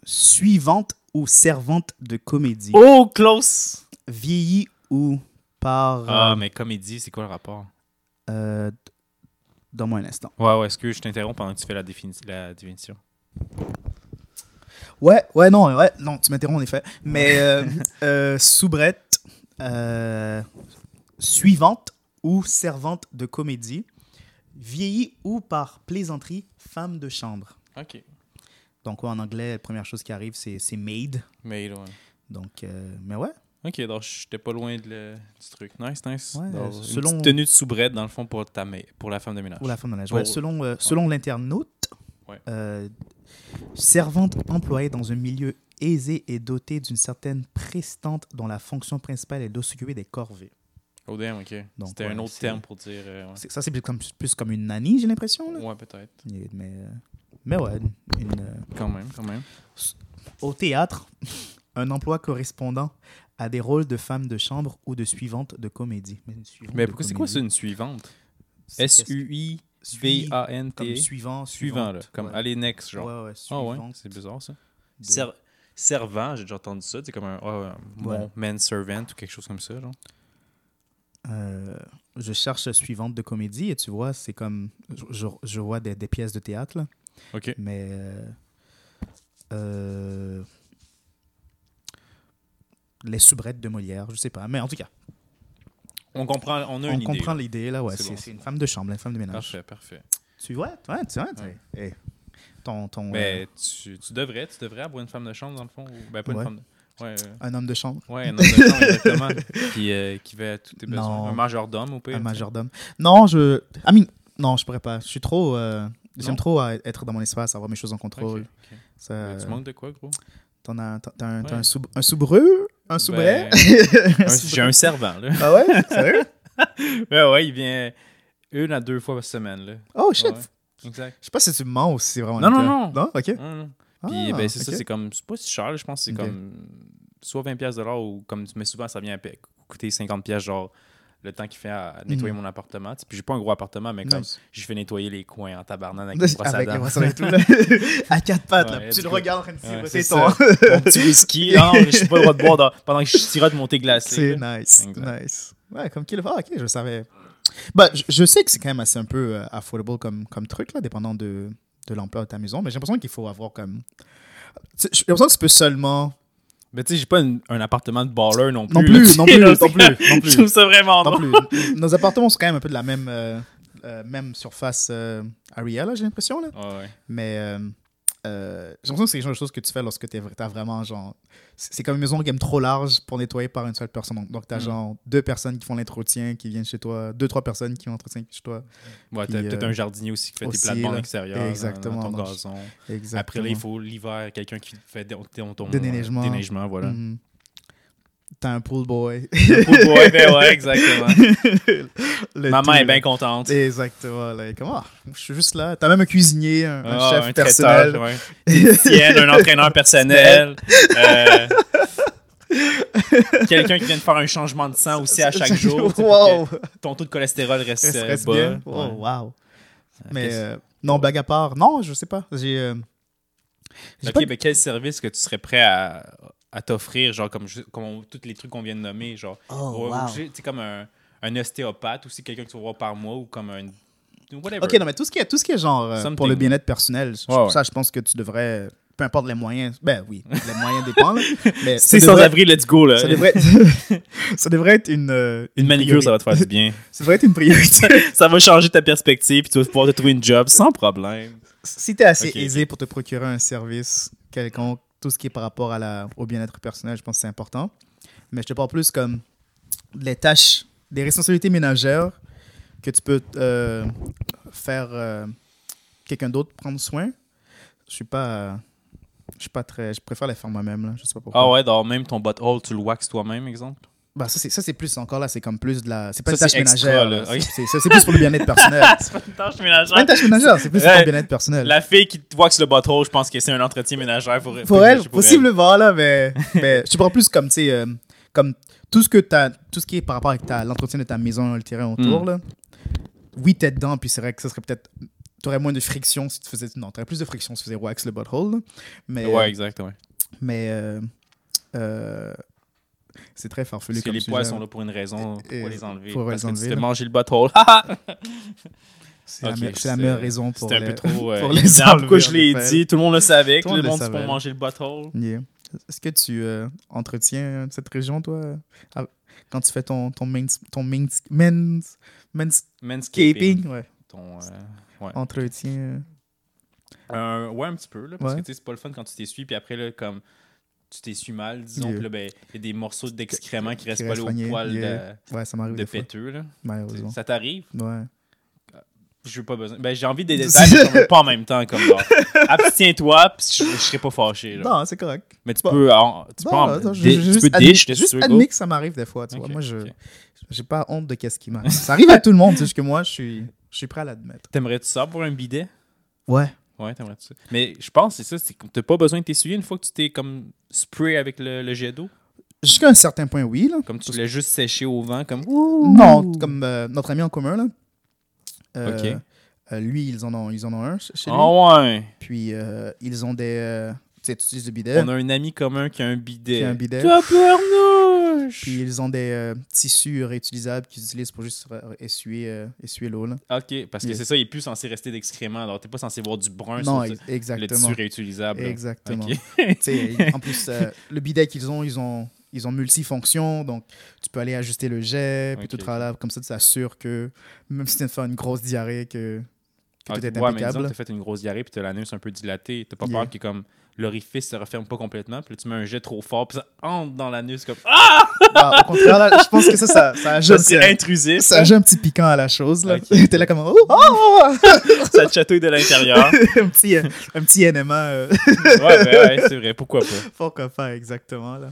[SPEAKER 2] suivante ou servante de comédie,
[SPEAKER 1] Oh, close!
[SPEAKER 2] vieillie ou par.
[SPEAKER 1] Ah, mais comédie, c'est quoi le rapport?
[SPEAKER 2] euh, euh, Donne-moi un instant.
[SPEAKER 1] Ouais, ouais, est-ce que je t'interromps pendant que tu fais la, défini- la définition?
[SPEAKER 2] Ouais, ouais, non, ouais, non, tu m'interromps en effet. Mais euh, euh, soubrette, euh, suivante ou servante de comédie, vieillie ou par plaisanterie, femme de chambre.
[SPEAKER 1] OK.
[SPEAKER 2] Donc ouais, en anglais, première chose qui arrive, c'est c'est maid.
[SPEAKER 1] Mais ouais.
[SPEAKER 2] Donc, euh, mais ouais,
[SPEAKER 1] Ok, donc j'étais pas loin de le- du truc. Nice, nice.
[SPEAKER 2] Ouais,
[SPEAKER 1] Donc,
[SPEAKER 2] euh,
[SPEAKER 1] une
[SPEAKER 2] selon-
[SPEAKER 1] petite tenue de soubrette, dans le fond, pour, ta mé- pour la femme de ménage.
[SPEAKER 2] pour la femme de ménage.
[SPEAKER 1] Pour- Ah.
[SPEAKER 2] Ouais, selon euh, selon l'internaute,
[SPEAKER 1] Ouais.
[SPEAKER 2] euh, servante employée dans un milieu aisé et dotée d'une certaine prestante dont la fonction principale est d'occuper des corvées.
[SPEAKER 1] Oh damn, ok.
[SPEAKER 2] Donc,
[SPEAKER 1] C'était
[SPEAKER 2] ouais,
[SPEAKER 1] un autre
[SPEAKER 2] c'est-
[SPEAKER 1] terme pour dire... euh, ouais.
[SPEAKER 2] C'est- Ça, c'est plus comme, plus comme une nanny, j'ai l'impression. là.
[SPEAKER 1] ouais, peut-être.
[SPEAKER 2] Et- Mais, euh, mais ouais, une, euh,
[SPEAKER 1] Quand même, quand même.
[SPEAKER 2] au théâtre, un emploi correspondant à des rôles de femme de chambre ou de suivante de comédie. Mais, une suivante
[SPEAKER 1] Mais
[SPEAKER 2] de
[SPEAKER 1] pourquoi c'est quoi ça,
[SPEAKER 2] comédie,
[SPEAKER 1] une suivante?
[SPEAKER 2] c'est qu'est-ce- Suivi-
[SPEAKER 1] S-U-I-V-A-N-T.
[SPEAKER 2] Comme suivant,
[SPEAKER 1] E Suivant, là.
[SPEAKER 2] suivante,
[SPEAKER 1] Comme
[SPEAKER 2] ouais.
[SPEAKER 1] allez, next, genre.
[SPEAKER 2] Ouais, ouais,
[SPEAKER 1] Ah ouais,
[SPEAKER 2] suivante
[SPEAKER 1] c'est bizarre, ça.
[SPEAKER 2] de-
[SPEAKER 1] Ser- servant, j'ai déjà entendu ça. C'est comme un... ah, ouais,
[SPEAKER 2] Ouais.
[SPEAKER 1] Mon man-servant ou quelque chose comme ça, genre.
[SPEAKER 2] Euh, je cherche suivante de comédie et tu vois, c'est comme. je- Je, je vois des, des pièces de théâtre, là,
[SPEAKER 1] Ok.
[SPEAKER 2] mais. euh, euh, les soubrettes de Molière, je sais pas. Mais en tout cas,
[SPEAKER 1] On comprend, on a
[SPEAKER 2] on
[SPEAKER 1] une idée.
[SPEAKER 2] comprend l'idée, là, ouais.
[SPEAKER 1] C'est
[SPEAKER 2] C'est
[SPEAKER 1] bon.
[SPEAKER 2] c'est une femme de chambre, une femme de ménage.
[SPEAKER 1] Parfait, parfait.
[SPEAKER 2] Tu vois, ouais, tu vois, tu
[SPEAKER 1] Ouais.
[SPEAKER 2] eh, ton, ton, euh,
[SPEAKER 1] Mais Ben, tu, tu devrais, tu devrais avoir une femme de chambre, dans le fond. Ou... Ben, pas
[SPEAKER 2] Ouais.
[SPEAKER 1] une femme de... Ouais, euh,
[SPEAKER 2] euh, un homme de chambre,
[SPEAKER 1] Ouais, un homme de chambre, exactement. Puis euh, qui va à tous tes besoins.
[SPEAKER 2] Non.
[SPEAKER 1] Un majordome au pire.
[SPEAKER 2] un
[SPEAKER 1] tu sais.
[SPEAKER 2] majordome. Non, je, I mean, non, je pourrais pas. Je suis trop, euh, j'aime
[SPEAKER 1] Non?
[SPEAKER 2] trop euh, être dans mon espace, avoir mes choses en
[SPEAKER 1] Ok,
[SPEAKER 2] contrôle.
[SPEAKER 1] ok.
[SPEAKER 2] Ça,
[SPEAKER 1] Euh,
[SPEAKER 2] euh,
[SPEAKER 1] Tu manques de quoi, gros?
[SPEAKER 2] t'en as, t'as- t'as un, t'as
[SPEAKER 1] Ouais.
[SPEAKER 2] un sou- un soubreux, un soubret.
[SPEAKER 1] Ben,
[SPEAKER 2] Un
[SPEAKER 1] un-
[SPEAKER 2] soubreux.
[SPEAKER 1] J'ai un servant, là.
[SPEAKER 2] Ah ouais, sérieux?
[SPEAKER 1] ouais, ouais, il vient une à deux fois par semaine, là.
[SPEAKER 2] Oh shit.
[SPEAKER 1] Ouais, Exact.
[SPEAKER 2] Je sais pas si tu me mens ou si c'est vraiment.
[SPEAKER 1] Non,
[SPEAKER 2] le
[SPEAKER 1] non, non.
[SPEAKER 2] cas. Non, ok.
[SPEAKER 1] Ouais, non. Puis,
[SPEAKER 2] Ah,
[SPEAKER 1] ben, c'est ça,
[SPEAKER 2] ok.
[SPEAKER 1] c'est comme, c'est pas si cher, là, je pense, que c'est
[SPEAKER 2] Ok.
[SPEAKER 1] comme soit 20 pièces de l'heure ou comme, mais souvent, ça vient à pe- coûter 50 pièces genre, le temps qu'il fait à nettoyer
[SPEAKER 2] Mhm.
[SPEAKER 1] mon appartement. Tu sais, Puis, j'ai pas un gros appartement, mais comme,
[SPEAKER 2] Nice.
[SPEAKER 1] je fais nettoyer les coins en tabarnane avec une brosse à
[SPEAKER 2] Avec les
[SPEAKER 1] dents.
[SPEAKER 2] brossards et tout, là. à quatre pattes,
[SPEAKER 1] Ouais,
[SPEAKER 2] là.
[SPEAKER 1] let's
[SPEAKER 2] Tu le
[SPEAKER 1] go.
[SPEAKER 2] regardes en train de
[SPEAKER 1] Ouais,
[SPEAKER 2] siroter
[SPEAKER 1] c'est
[SPEAKER 2] ton.
[SPEAKER 1] ça. Mon petit whisky, non, je suis pas le droit de boire dans- pendant que je sirote mon thé glacé.
[SPEAKER 2] C'est
[SPEAKER 1] là.
[SPEAKER 2] nice,
[SPEAKER 1] Exact.
[SPEAKER 2] nice. Ouais, comme Kill Ah, ok, je le savais. Bah, je, je sais que c'est quand même assez un peu euh, affordable comme, comme truc, là, dépendant de, de l'ampleur de ta maison, mais j'ai l'impression qu'il faut avoir comme. Tu- J'ai l'impression que tu peux seulement.
[SPEAKER 1] Mais tu sais, j'ai pas une- un appartement de baller non plus.
[SPEAKER 2] Non
[SPEAKER 1] là,
[SPEAKER 2] plus,
[SPEAKER 1] tu sais,
[SPEAKER 2] non plus,
[SPEAKER 1] là,
[SPEAKER 2] non
[SPEAKER 1] c'est-
[SPEAKER 2] plus, non plus.
[SPEAKER 1] Je trouve ça vraiment
[SPEAKER 2] Non
[SPEAKER 1] drôle.
[SPEAKER 2] plus. Nos appartements sont quand même un peu de la même, euh, euh, même surface euh, area, là, j'ai l'impression. là.
[SPEAKER 1] Ouais, ouais.
[SPEAKER 2] Mais euh, euh, j'ai l'impression que c'est le genre de choses que tu fais lorsque t'es vra- t'as vraiment genre. C'est c'est comme une maison qui est trop large pour nettoyer par une seule personne. Donc, donc t'as
[SPEAKER 1] Mm.
[SPEAKER 2] genre deux personnes qui font l'entretien, qui viennent chez toi, deux, trois personnes qui font l'entretien chez toi.
[SPEAKER 1] Ouais,
[SPEAKER 2] Puis,
[SPEAKER 1] t'as peut-être
[SPEAKER 2] euh,
[SPEAKER 1] un jardinier aussi qui fait
[SPEAKER 2] aussi,
[SPEAKER 1] des plates-bandes
[SPEAKER 2] là.
[SPEAKER 1] extérieures. dans- dans
[SPEAKER 2] Exactement,
[SPEAKER 1] ton
[SPEAKER 2] donc,
[SPEAKER 1] gazon.
[SPEAKER 2] Exactement.
[SPEAKER 1] Après, là, il faut l'hiver, quelqu'un qui fait des- ton, ton-
[SPEAKER 2] Déneigement.
[SPEAKER 1] déneigement, voilà.
[SPEAKER 2] Mhm. T'as un pool boy.
[SPEAKER 1] Pour- ouais, ben ouais, exactement.
[SPEAKER 2] Le
[SPEAKER 1] Maman
[SPEAKER 2] tout,
[SPEAKER 1] est bien
[SPEAKER 2] là.
[SPEAKER 1] contente.
[SPEAKER 2] Exactement. Là. Comment Je suis juste là. T'as même un cuisinier, un, un
[SPEAKER 1] Ah,
[SPEAKER 2] chef
[SPEAKER 1] un
[SPEAKER 2] personnel.
[SPEAKER 1] traiteur, ouais. Tienne, un entraîneur personnel. euh, Quelqu'un qui vient de faire un changement de sang aussi à chaque jour. tu sais, pour que-
[SPEAKER 2] wow!
[SPEAKER 1] ton taux de cholestérol reste,
[SPEAKER 2] Ça se
[SPEAKER 1] euh,
[SPEAKER 2] reste
[SPEAKER 1] bas.
[SPEAKER 2] bien.
[SPEAKER 1] Ouais.
[SPEAKER 2] Oh, wow. Mais
[SPEAKER 1] Qu'est-ce-
[SPEAKER 2] euh, non, blague à part. Non, je sais pas. J'ai. euh, j'ai
[SPEAKER 1] Ok,
[SPEAKER 2] pas-
[SPEAKER 1] ben, quel service que tu serais prêt à, à t'offrir, genre comme, je- comme on- tous les trucs qu'on vient de nommer, genre,
[SPEAKER 2] Oh,
[SPEAKER 1] ou-
[SPEAKER 2] wow.
[SPEAKER 1] ou ben, j'ai- tu sais, comme un, un ostéopathe, aussi quelqu'un que tu vas voir par mois, ou comme un, whatever.
[SPEAKER 2] Ok, non, mais tout ce qui est, tout ce qui est genre euh,
[SPEAKER 1] Something.
[SPEAKER 2] pour le bien-être personnel, je-
[SPEAKER 1] Ouais, ouais.
[SPEAKER 2] ça, je pense que tu devrais. Peu importe les moyens. Ben oui, les moyens dépendent. là, mais
[SPEAKER 1] c'est
[SPEAKER 2] ça
[SPEAKER 1] sans
[SPEAKER 2] devrait-
[SPEAKER 1] avril, let's go, là.
[SPEAKER 2] Ça devrait, ça devrait être une, euh,
[SPEAKER 1] Une manicure,
[SPEAKER 2] priori-
[SPEAKER 1] ça va te faire du bien.
[SPEAKER 2] ça devrait être une priorité.
[SPEAKER 1] ça va changer ta perspective, puis tu vas pouvoir te trouver une job sans problème.
[SPEAKER 2] si tu es assez
[SPEAKER 1] Ok,
[SPEAKER 2] aisé pour te procurer un service quelconque, tout ce qui est par rapport à la, au bien-être personnel, je pense que c'est important. Mais je te parle plus comme les tâches, des responsabilités ménagères que tu peux euh, faire, euh, quelqu'un d'autre prendre soin, je suis pas. euh, je suis pas très. Je préfère les faire moi-même, là. Je sais pas pourquoi.
[SPEAKER 1] Ah ouais, dans même ton butthole, tu le waxes toi-même, exemple.
[SPEAKER 2] Bah, ça, c'est, ça, c'est plus encore là, c'est comme plus de la. C'est
[SPEAKER 1] Ça,
[SPEAKER 2] pas une tâche
[SPEAKER 1] c'est extra,
[SPEAKER 2] ménagère.
[SPEAKER 1] là.
[SPEAKER 2] là.
[SPEAKER 1] Ok.
[SPEAKER 2] C'est, c'est- c'est plus pour le bien-être personnel.
[SPEAKER 1] c'est pas une tâche
[SPEAKER 2] C'est pas une
[SPEAKER 1] ménagère.
[SPEAKER 2] tâche ménagère, c'est plus pour
[SPEAKER 1] Ouais.
[SPEAKER 2] le bien-être personnel.
[SPEAKER 1] La fille qui te waxe le butthole, je pense que c'est un entretien ménagère pour,
[SPEAKER 2] Pour elle, possiblement, là, mais, mais je te prends plus comme, tu sais, euh, comme tout ce que t'as, tout ce qui est par rapport à ta- l'entretien de ta maison, le terrain
[SPEAKER 1] Mm.
[SPEAKER 2] autour, là. Oui, t'es dedans, puis c'est vrai que ça serait peut-être. T'aurais moins de friction si tu faisais. Non, t'aurais plus de friction si tu faisais wax le butthole, là. Mais, euh,
[SPEAKER 1] Ouais, exact, ouais.
[SPEAKER 2] mais euh, euh, c'est très farfelu
[SPEAKER 1] Parce que
[SPEAKER 2] comme
[SPEAKER 1] les
[SPEAKER 2] sujet,
[SPEAKER 1] poils sont là pour une raison,
[SPEAKER 2] Et- et-
[SPEAKER 1] pour les enlever.
[SPEAKER 2] pour
[SPEAKER 1] parce
[SPEAKER 2] les
[SPEAKER 1] que tu
[SPEAKER 2] enlever,
[SPEAKER 1] t'es
[SPEAKER 2] là.
[SPEAKER 1] mangé le butthole.
[SPEAKER 2] C'est
[SPEAKER 1] Ok,
[SPEAKER 2] la, meilleure- c'est la
[SPEAKER 1] c'est-
[SPEAKER 2] meilleure raison pour.
[SPEAKER 1] C'était un
[SPEAKER 2] les-
[SPEAKER 1] peu trop. euh,
[SPEAKER 2] pour les
[SPEAKER 1] évident pourquoi
[SPEAKER 2] enlever,
[SPEAKER 1] je l'ai
[SPEAKER 2] en effet.
[SPEAKER 1] dit, tout le monde le savait.
[SPEAKER 2] Tout
[SPEAKER 1] que
[SPEAKER 2] le
[SPEAKER 1] le
[SPEAKER 2] monde
[SPEAKER 1] monde
[SPEAKER 2] le
[SPEAKER 1] c'est pour
[SPEAKER 2] savait.
[SPEAKER 1] manger le butthole.
[SPEAKER 2] Yeah. Est-ce que tu euh, entretiens cette région, toi, euh, ah, quand tu fais ton, ton, mains, ton mains, mains, manscaping?
[SPEAKER 1] Manscaping.
[SPEAKER 2] Ouais.
[SPEAKER 1] Ton, euh,
[SPEAKER 2] Entretien. euh,
[SPEAKER 1] Euh, ouais, un petit peu. Là, parce
[SPEAKER 2] Ouais.
[SPEAKER 1] que tu sais, c'est pas le fun quand tu t'essuies, puis après, là, comme tu t'essuies mal, disons,
[SPEAKER 2] Yeah.
[SPEAKER 1] puis là, ben, il y a des morceaux d'excréments qui restent
[SPEAKER 2] qui
[SPEAKER 1] pas là
[SPEAKER 2] restent
[SPEAKER 1] au
[SPEAKER 2] poignés,
[SPEAKER 1] poil
[SPEAKER 2] yeah. Ouais, ça
[SPEAKER 1] de,
[SPEAKER 2] m'arrive
[SPEAKER 1] de
[SPEAKER 2] des fois,
[SPEAKER 1] péteux. Là.
[SPEAKER 2] malheureusement.
[SPEAKER 1] Ça t'arrive
[SPEAKER 2] Ouais.
[SPEAKER 1] J'ai pas besoin. Ben, j'ai envie des détails, mais j'en veux pas en même temps. comme genre, Abstiens-toi, puis je, je serai pas fâché. Là.
[SPEAKER 2] Non, c'est correct.
[SPEAKER 1] mais tu
[SPEAKER 2] bon.
[SPEAKER 1] peux. en- tu peux,
[SPEAKER 2] Non,
[SPEAKER 1] en-
[SPEAKER 2] attends,
[SPEAKER 1] dé- tu
[SPEAKER 2] je- je-
[SPEAKER 1] peux
[SPEAKER 2] juste admis-
[SPEAKER 1] dish,
[SPEAKER 2] juste
[SPEAKER 1] dessus,
[SPEAKER 2] admis que ça m'arrive des fois, tu
[SPEAKER 1] go.
[SPEAKER 2] vois.
[SPEAKER 1] Ok,
[SPEAKER 2] Moi, je
[SPEAKER 1] ok.
[SPEAKER 2] j'ai pas honte de qu'est-ce qui m'arrive. ça arrive à tout le monde, c'est juste que moi, je suis, je suis prêt à l'admettre.
[SPEAKER 1] T'aimerais-tu ça pour un bidet
[SPEAKER 2] Ouais.
[SPEAKER 1] Ouais, t'aimerais-tu ça Mais je pense, c'est ça, c'est que t'as pas besoin de t'essuyer une fois que tu t'es comme spray avec le, le jet d'eau.
[SPEAKER 2] Jusqu'à un certain point, oui, là.
[SPEAKER 1] Comme tu l'as juste séché au vent, comme.
[SPEAKER 2] Non, comme euh, notre ami en commun, là. Euh,
[SPEAKER 1] Ok.
[SPEAKER 2] euh, lui, ils en ont, ils en ont un chez lui.
[SPEAKER 1] Oh ouais
[SPEAKER 2] Puis euh, ils ont des. euh, tu sais, tu utilises le bidet.
[SPEAKER 1] On a un ami commun qui a un bidet.
[SPEAKER 2] Qui a un bidet.
[SPEAKER 1] Tabarnouche!
[SPEAKER 2] Puis ils ont des euh, tissus réutilisables qu'ils utilisent pour juste euh, essuyer, euh, essuyer l'eau. là.
[SPEAKER 1] Ok, parce que
[SPEAKER 2] Yes.
[SPEAKER 1] c'est ça, il est plus censé rester d'excréments. Alors, t'es pas censé voir du brun
[SPEAKER 2] Non,
[SPEAKER 1] sur
[SPEAKER 2] ex-
[SPEAKER 1] ce- le
[SPEAKER 2] exactement.
[SPEAKER 1] tissu réutilisable. là.
[SPEAKER 2] Exactement.
[SPEAKER 1] Ok.
[SPEAKER 2] Tu sais, en plus, euh, le bidet qu'ils ont, ils ont, ils ont multifonction. Donc, tu peux aller ajuster le jet, puis
[SPEAKER 1] Ok.
[SPEAKER 2] tout tralala. Comme ça, tu t'assures que, même si tu viens de faire une grosse diarrhée, que, que
[SPEAKER 1] Ok,
[SPEAKER 2] tout est
[SPEAKER 1] ouais, mais disons que
[SPEAKER 2] impeccable.
[SPEAKER 1] t'as fait une grosse diarrhée puis t'as l'anus un peu dilaté. T'as pas
[SPEAKER 2] Yeah.
[SPEAKER 1] peur que comme l'orifice se referme pas complètement. Puis là, tu mets un jet trop fort puis ça entre dans l'anus comme. Ah!
[SPEAKER 2] Bah, au contraire, là, je pense que ça, ça, ça
[SPEAKER 1] Ça,
[SPEAKER 2] ajoute,
[SPEAKER 1] c'est intrusif.
[SPEAKER 2] ça
[SPEAKER 1] Ça,
[SPEAKER 2] ajoute un petit piquant à la chose. là.
[SPEAKER 1] Ok.
[SPEAKER 2] T'es là comme... Oh, oh!
[SPEAKER 1] te chatouille de l'intérieur.
[SPEAKER 2] un, petit, euh, un petit NMA. euh,
[SPEAKER 1] ouais, ouais, ben, ouais, c'est vrai. Pourquoi pas?
[SPEAKER 2] Fort qu'à faire, exactement. Là.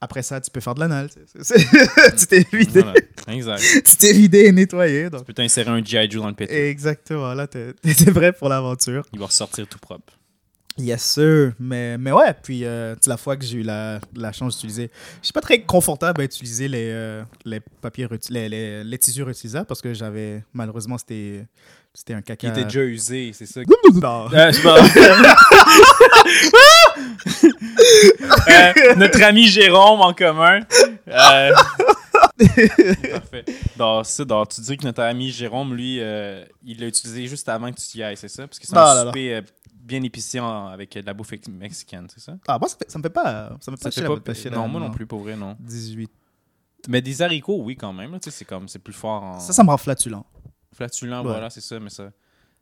[SPEAKER 2] Après ça, tu peux faire de l'anal. tu sais, c'est- c'est- tu t'es vidé,
[SPEAKER 1] Voilà. Exact.
[SPEAKER 2] tu t'es vidé et nettoyé.
[SPEAKER 1] Tu
[SPEAKER 2] Donc.
[SPEAKER 1] peux t'insérer un G.I. Joe dans le péteux.
[SPEAKER 2] Exactement, là, t'es t'es prêt pour l'aventure.
[SPEAKER 1] Il va ressortir tout propre.
[SPEAKER 2] Yes, sir. Mais, mais ouais, puis euh, c'est la fois que j'ai eu la, la chance d'utiliser. Je suis pas très confortable à utiliser les, euh, les papiers, reuti- les, les, les tissus réutilisables parce que j'avais, malheureusement, c'était c'était un
[SPEAKER 1] Qui
[SPEAKER 2] caca.
[SPEAKER 1] était déjà usé, c'est ça?
[SPEAKER 2] Non.
[SPEAKER 1] Euh, c'est pas- Euh, notre ami Jérôme en commun. euh, Parfait. Dans ça, dans- tu dis que notre ami Jérôme, lui, euh, il l'a utilisé juste avant que tu y ailles, c'est ça? Parce que c'est
[SPEAKER 2] Ah
[SPEAKER 1] un
[SPEAKER 2] là là.
[SPEAKER 1] souper euh, bien épicé en- avec euh, de la bouffe ex- mexicaine, c'est ça?
[SPEAKER 2] Ah, moi, ça, fait- ça me fait pas. Ça me fait pas
[SPEAKER 1] Euh, Ça
[SPEAKER 2] chier
[SPEAKER 1] fait
[SPEAKER 2] la
[SPEAKER 1] pas...
[SPEAKER 2] botte pêchée, là,
[SPEAKER 1] Non, moi non plus, pour vrai, non.
[SPEAKER 2] 18.
[SPEAKER 1] Mais des haricots, oui, quand même. là, tu sais, C'est comme, c'est plus fort en
[SPEAKER 2] Ça, ça me rend flatulent.
[SPEAKER 1] flatulent,
[SPEAKER 2] Ouais.
[SPEAKER 1] voilà, c'est ça, mais ça...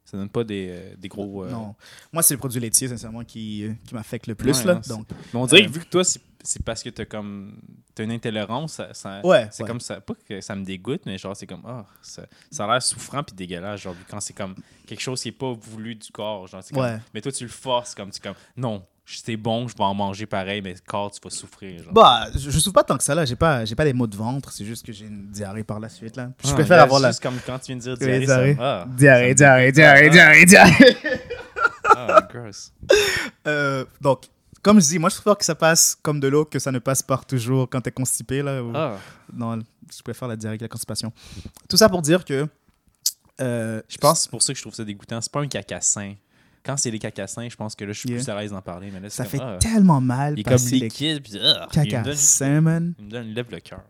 [SPEAKER 1] Ça donne pas des, euh, des gros... euh,
[SPEAKER 2] Non. Moi, c'est le produit laitier, sincèrement, qui, qui m'affecte le plus.
[SPEAKER 1] Ouais,
[SPEAKER 2] là.
[SPEAKER 1] non, c'est-
[SPEAKER 2] Donc,
[SPEAKER 1] Mais on dirait
[SPEAKER 2] Euh,
[SPEAKER 1] que vu que toi, c'est- c'est parce que t'as comme. T'as une intolérance, ça, ça-
[SPEAKER 2] Ouais,
[SPEAKER 1] c'est
[SPEAKER 2] ouais.
[SPEAKER 1] comme ça. Pas que ça me dégoûte, mais genre, c'est comme. Ah, ça, ça a l'air souffrant puis dégueulasse. Genre, quand c'est comme quelque chose qui est pas voulu du corps. Genre, c'est comme,
[SPEAKER 2] Ouais.
[SPEAKER 1] Mais toi, tu le forces comme. Tu, comme non, c'est bon, je vais en manger pareil, mais corps, tu vas souffrir. Genre.
[SPEAKER 2] bah, je, je souffre pas tant que ça. là. J'ai pas, j'ai pas des maux de ventre. C'est juste que j'ai une diarrhée par la suite. là. Je
[SPEAKER 1] Ah,
[SPEAKER 2] préfère
[SPEAKER 1] là,
[SPEAKER 2] avoir la
[SPEAKER 1] C'est juste comme quand tu viens de dire
[SPEAKER 2] diarrhée,
[SPEAKER 1] diarrhée. ça- ah,
[SPEAKER 2] diarrhée,
[SPEAKER 1] ça
[SPEAKER 2] diarrhée, diarrhée,
[SPEAKER 1] Ah.
[SPEAKER 2] diarrhée, diarrhée.
[SPEAKER 1] me- ah, gross.
[SPEAKER 2] Euh, donc, comme je dis, moi, je préfère que ça passe comme de l'eau que ça ne passe par toujours quand t'es constipé. Là, ou-
[SPEAKER 1] Ah,
[SPEAKER 2] Non, je préfère la diarrhée que la constipation. Tout ça pour dire que. euh,
[SPEAKER 1] je pense que c'est pour ça que je trouve ça dégoûtant. C'est pas un cacassin. Quand c'est des cacassins, je pense que là, je suis
[SPEAKER 2] Yeah.
[SPEAKER 1] plus à l'aise d'en parler. Mais là,
[SPEAKER 2] ça
[SPEAKER 1] c'est
[SPEAKER 2] fait
[SPEAKER 1] comme, ah,
[SPEAKER 2] tellement mal.
[SPEAKER 1] Il est comme
[SPEAKER 2] passer les
[SPEAKER 1] liquide, puis ah, il me
[SPEAKER 2] Caca,
[SPEAKER 1] donne
[SPEAKER 2] Simon.
[SPEAKER 1] Il me donne, il lève le cœur.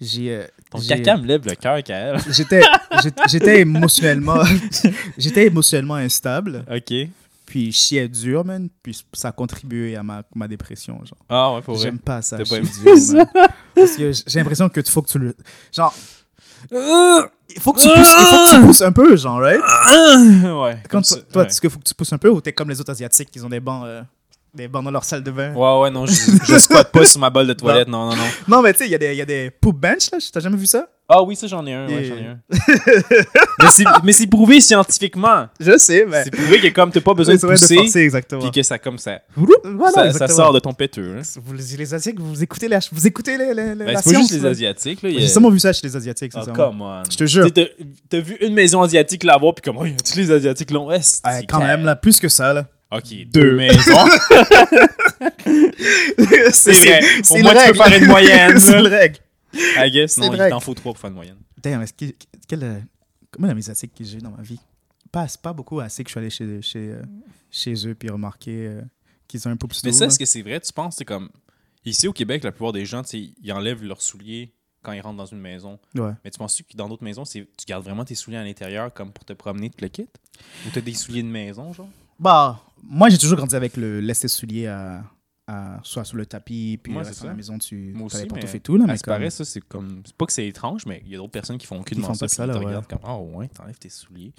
[SPEAKER 2] J'ai. euh,
[SPEAKER 1] Ton
[SPEAKER 2] j'ai-
[SPEAKER 1] caca me lève le cœur, Kael.
[SPEAKER 2] j'étais j'étais- j'étais émotionnellement j'étais émotionnellement instable
[SPEAKER 1] OK.
[SPEAKER 2] puis je chiais dur man puis ça a contribué à ma, ma dépression genre
[SPEAKER 1] Ah ouais, pour vrai.
[SPEAKER 2] j'aime pas ça
[SPEAKER 1] T'as pas
[SPEAKER 2] chier
[SPEAKER 1] aimé
[SPEAKER 2] dur, man. parce que j'ai l'impression que tu faut que tu le genre il faut que tu pousses il faut que tu pousses un peu genre right
[SPEAKER 1] ouais.
[SPEAKER 2] Quand
[SPEAKER 1] Ah, comme
[SPEAKER 2] tu-
[SPEAKER 1] ça,
[SPEAKER 2] toi
[SPEAKER 1] ouais.
[SPEAKER 2] est-ce qu'il faut que tu pousses un peu ou t'es comme les autres asiatiques qui ont des bancs euh, des bancs dans leur salle de bain
[SPEAKER 1] Ouais, ouais, non, je, je squatte pas sur ma balle de toilette, non, non, non.
[SPEAKER 2] non mais tu sais il y a des il y a des poop bench là t'as jamais vu ça
[SPEAKER 1] Ah oui, ça, j'en ai un. ouais,
[SPEAKER 2] Yeah.
[SPEAKER 1] j'en ai un. mais c'est- mais c'est prouvé scientifiquement.
[SPEAKER 2] Je sais, mais.
[SPEAKER 1] C'est prouvé que comme t'as pas besoin
[SPEAKER 2] Mais
[SPEAKER 1] de
[SPEAKER 2] c'est vrai
[SPEAKER 1] pousser,
[SPEAKER 2] forcer, exactement.
[SPEAKER 1] puis que ça, comme ça,
[SPEAKER 2] Voilà,
[SPEAKER 1] ça, ça
[SPEAKER 2] exactement.
[SPEAKER 1] sort de ton péteux. hein.
[SPEAKER 2] Vous, les les Asiatiques, vous écoutez la, vous écoutez les, les, les-
[SPEAKER 1] Ben,
[SPEAKER 2] la
[SPEAKER 1] c'est pas
[SPEAKER 2] science.
[SPEAKER 1] juste les
[SPEAKER 2] là.
[SPEAKER 1] Asiatiques. Là, il y a-
[SPEAKER 2] J'ai sûrement vu ça chez les Asiatiques,
[SPEAKER 1] Ah,
[SPEAKER 2] sincèrement.
[SPEAKER 1] come on.
[SPEAKER 2] Je te jure.
[SPEAKER 1] T'sais, t'as- T'as vu une maison asiatique l'avoir, puis comme, oh, tous les Asiatiques l'ont. Ouais, c'est-
[SPEAKER 2] Ouais, quand même, là, plus que ça, là.
[SPEAKER 1] Ok, deux maisons.
[SPEAKER 2] c'est
[SPEAKER 1] vrai. Au moins, tu
[SPEAKER 2] c'est une
[SPEAKER 1] peux
[SPEAKER 2] règle.
[SPEAKER 1] faire une moyenne,
[SPEAKER 2] c'est
[SPEAKER 1] là.
[SPEAKER 2] une règle.
[SPEAKER 1] I guess,
[SPEAKER 2] C'est
[SPEAKER 1] non, il
[SPEAKER 2] vrai.
[SPEAKER 1] t'en faut trois pour faire une moyenne.
[SPEAKER 2] Damn, est-ce que, quel, euh, comment la musique asiatique que j'ai dans ma vie passe pas beaucoup assez que je suis allé chez, chez, euh, chez eux puis remarquer euh, qu'ils ont un peu plus
[SPEAKER 1] Mais
[SPEAKER 2] de
[SPEAKER 1] ça,
[SPEAKER 2] goût,
[SPEAKER 1] est-ce que c'est vrai? Tu penses, c'est comme. Ici au Québec, la plupart des gens, tu sais, ils enlèvent leurs souliers quand ils rentrent dans une maison.
[SPEAKER 2] là. Ouais.
[SPEAKER 1] Mais tu penses que dans d'autres maisons, c'est tu gardes vraiment tes souliers à l'intérieur comme pour te promener, tout le kit? Ou t'as des souliers de maison, genre?
[SPEAKER 2] Bah, moi, j'ai toujours grandi avec le laisser soulier à, à- soit sous le tapis, puis
[SPEAKER 1] Moi,
[SPEAKER 2] reste
[SPEAKER 1] c'est
[SPEAKER 2] dans
[SPEAKER 1] ça.
[SPEAKER 2] la maison, tu
[SPEAKER 1] Moi
[SPEAKER 2] t'as les
[SPEAKER 1] aussi,
[SPEAKER 2] pantoufles
[SPEAKER 1] mais
[SPEAKER 2] et tout. Là,
[SPEAKER 1] À
[SPEAKER 2] mais
[SPEAKER 1] ce
[SPEAKER 2] comme-
[SPEAKER 1] paraît, ça, Ah, c'est comme. C'est pas que c'est étrange, mais il y a d'autres personnes qui font aucune
[SPEAKER 2] font
[SPEAKER 1] mention
[SPEAKER 2] pas
[SPEAKER 1] ça, puis
[SPEAKER 2] ça,
[SPEAKER 1] ils
[SPEAKER 2] là,
[SPEAKER 1] te
[SPEAKER 2] ouais.
[SPEAKER 1] regardent comme Ah ouais, t'enlèves tes souliers.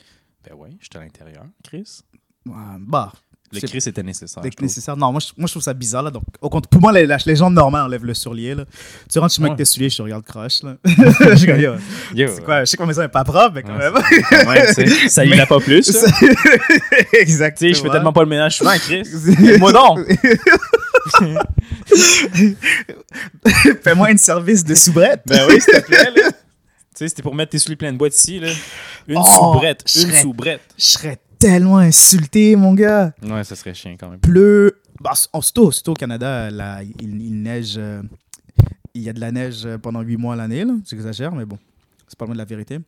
[SPEAKER 1] Ben ouais, je suis à l'intérieur, Chris.
[SPEAKER 2] Ouais, bah,
[SPEAKER 1] Le
[SPEAKER 2] C'est-
[SPEAKER 1] Chris était nécessaire.
[SPEAKER 2] dès
[SPEAKER 1] Ah, je
[SPEAKER 2] que
[SPEAKER 1] trouve.
[SPEAKER 2] nécessaire. Non, moi je, moi, je trouve ça bizarre. Là, donc, au compte, pour moi, les, la- les gens normaux enlèvent le soulier. Là. Tu rentres chez moi
[SPEAKER 1] Ouais.
[SPEAKER 2] avec tes souliers, je te regarde croche. Là. je suis comme, yo,
[SPEAKER 1] Yo,
[SPEAKER 2] c'est quoi Je sais que ma maison n'est pas propre, mais quand
[SPEAKER 1] Ouais,
[SPEAKER 2] même.
[SPEAKER 1] quand même, tu sais, ça y va pas plus. ça. Tu
[SPEAKER 2] Exactement.
[SPEAKER 1] sais, je fais tellement pas le ménage souvent, Chris.
[SPEAKER 2] C'est-
[SPEAKER 1] Moi non!
[SPEAKER 2] Fais-moi une service de soubrette.
[SPEAKER 1] Ben oui, s'il te plaît, là. Tu sais, c'était pour mettre tes souliers pleins de boîtes ici, là. Une
[SPEAKER 2] Oh,
[SPEAKER 1] soubrette,
[SPEAKER 2] je
[SPEAKER 1] une
[SPEAKER 2] serais-
[SPEAKER 1] soubrette.
[SPEAKER 2] Je serais tellement insulté, mon gars.
[SPEAKER 1] Ouais, ça serait chiant quand même.
[SPEAKER 2] Pleut. Bah, s- en- surtout, surtout au Canada, là, il, il neige. euh, il y a de la neige euh, pendant 8 mois à l'année. là. J'exagère, mais bon. C'est pas loin de la vérité.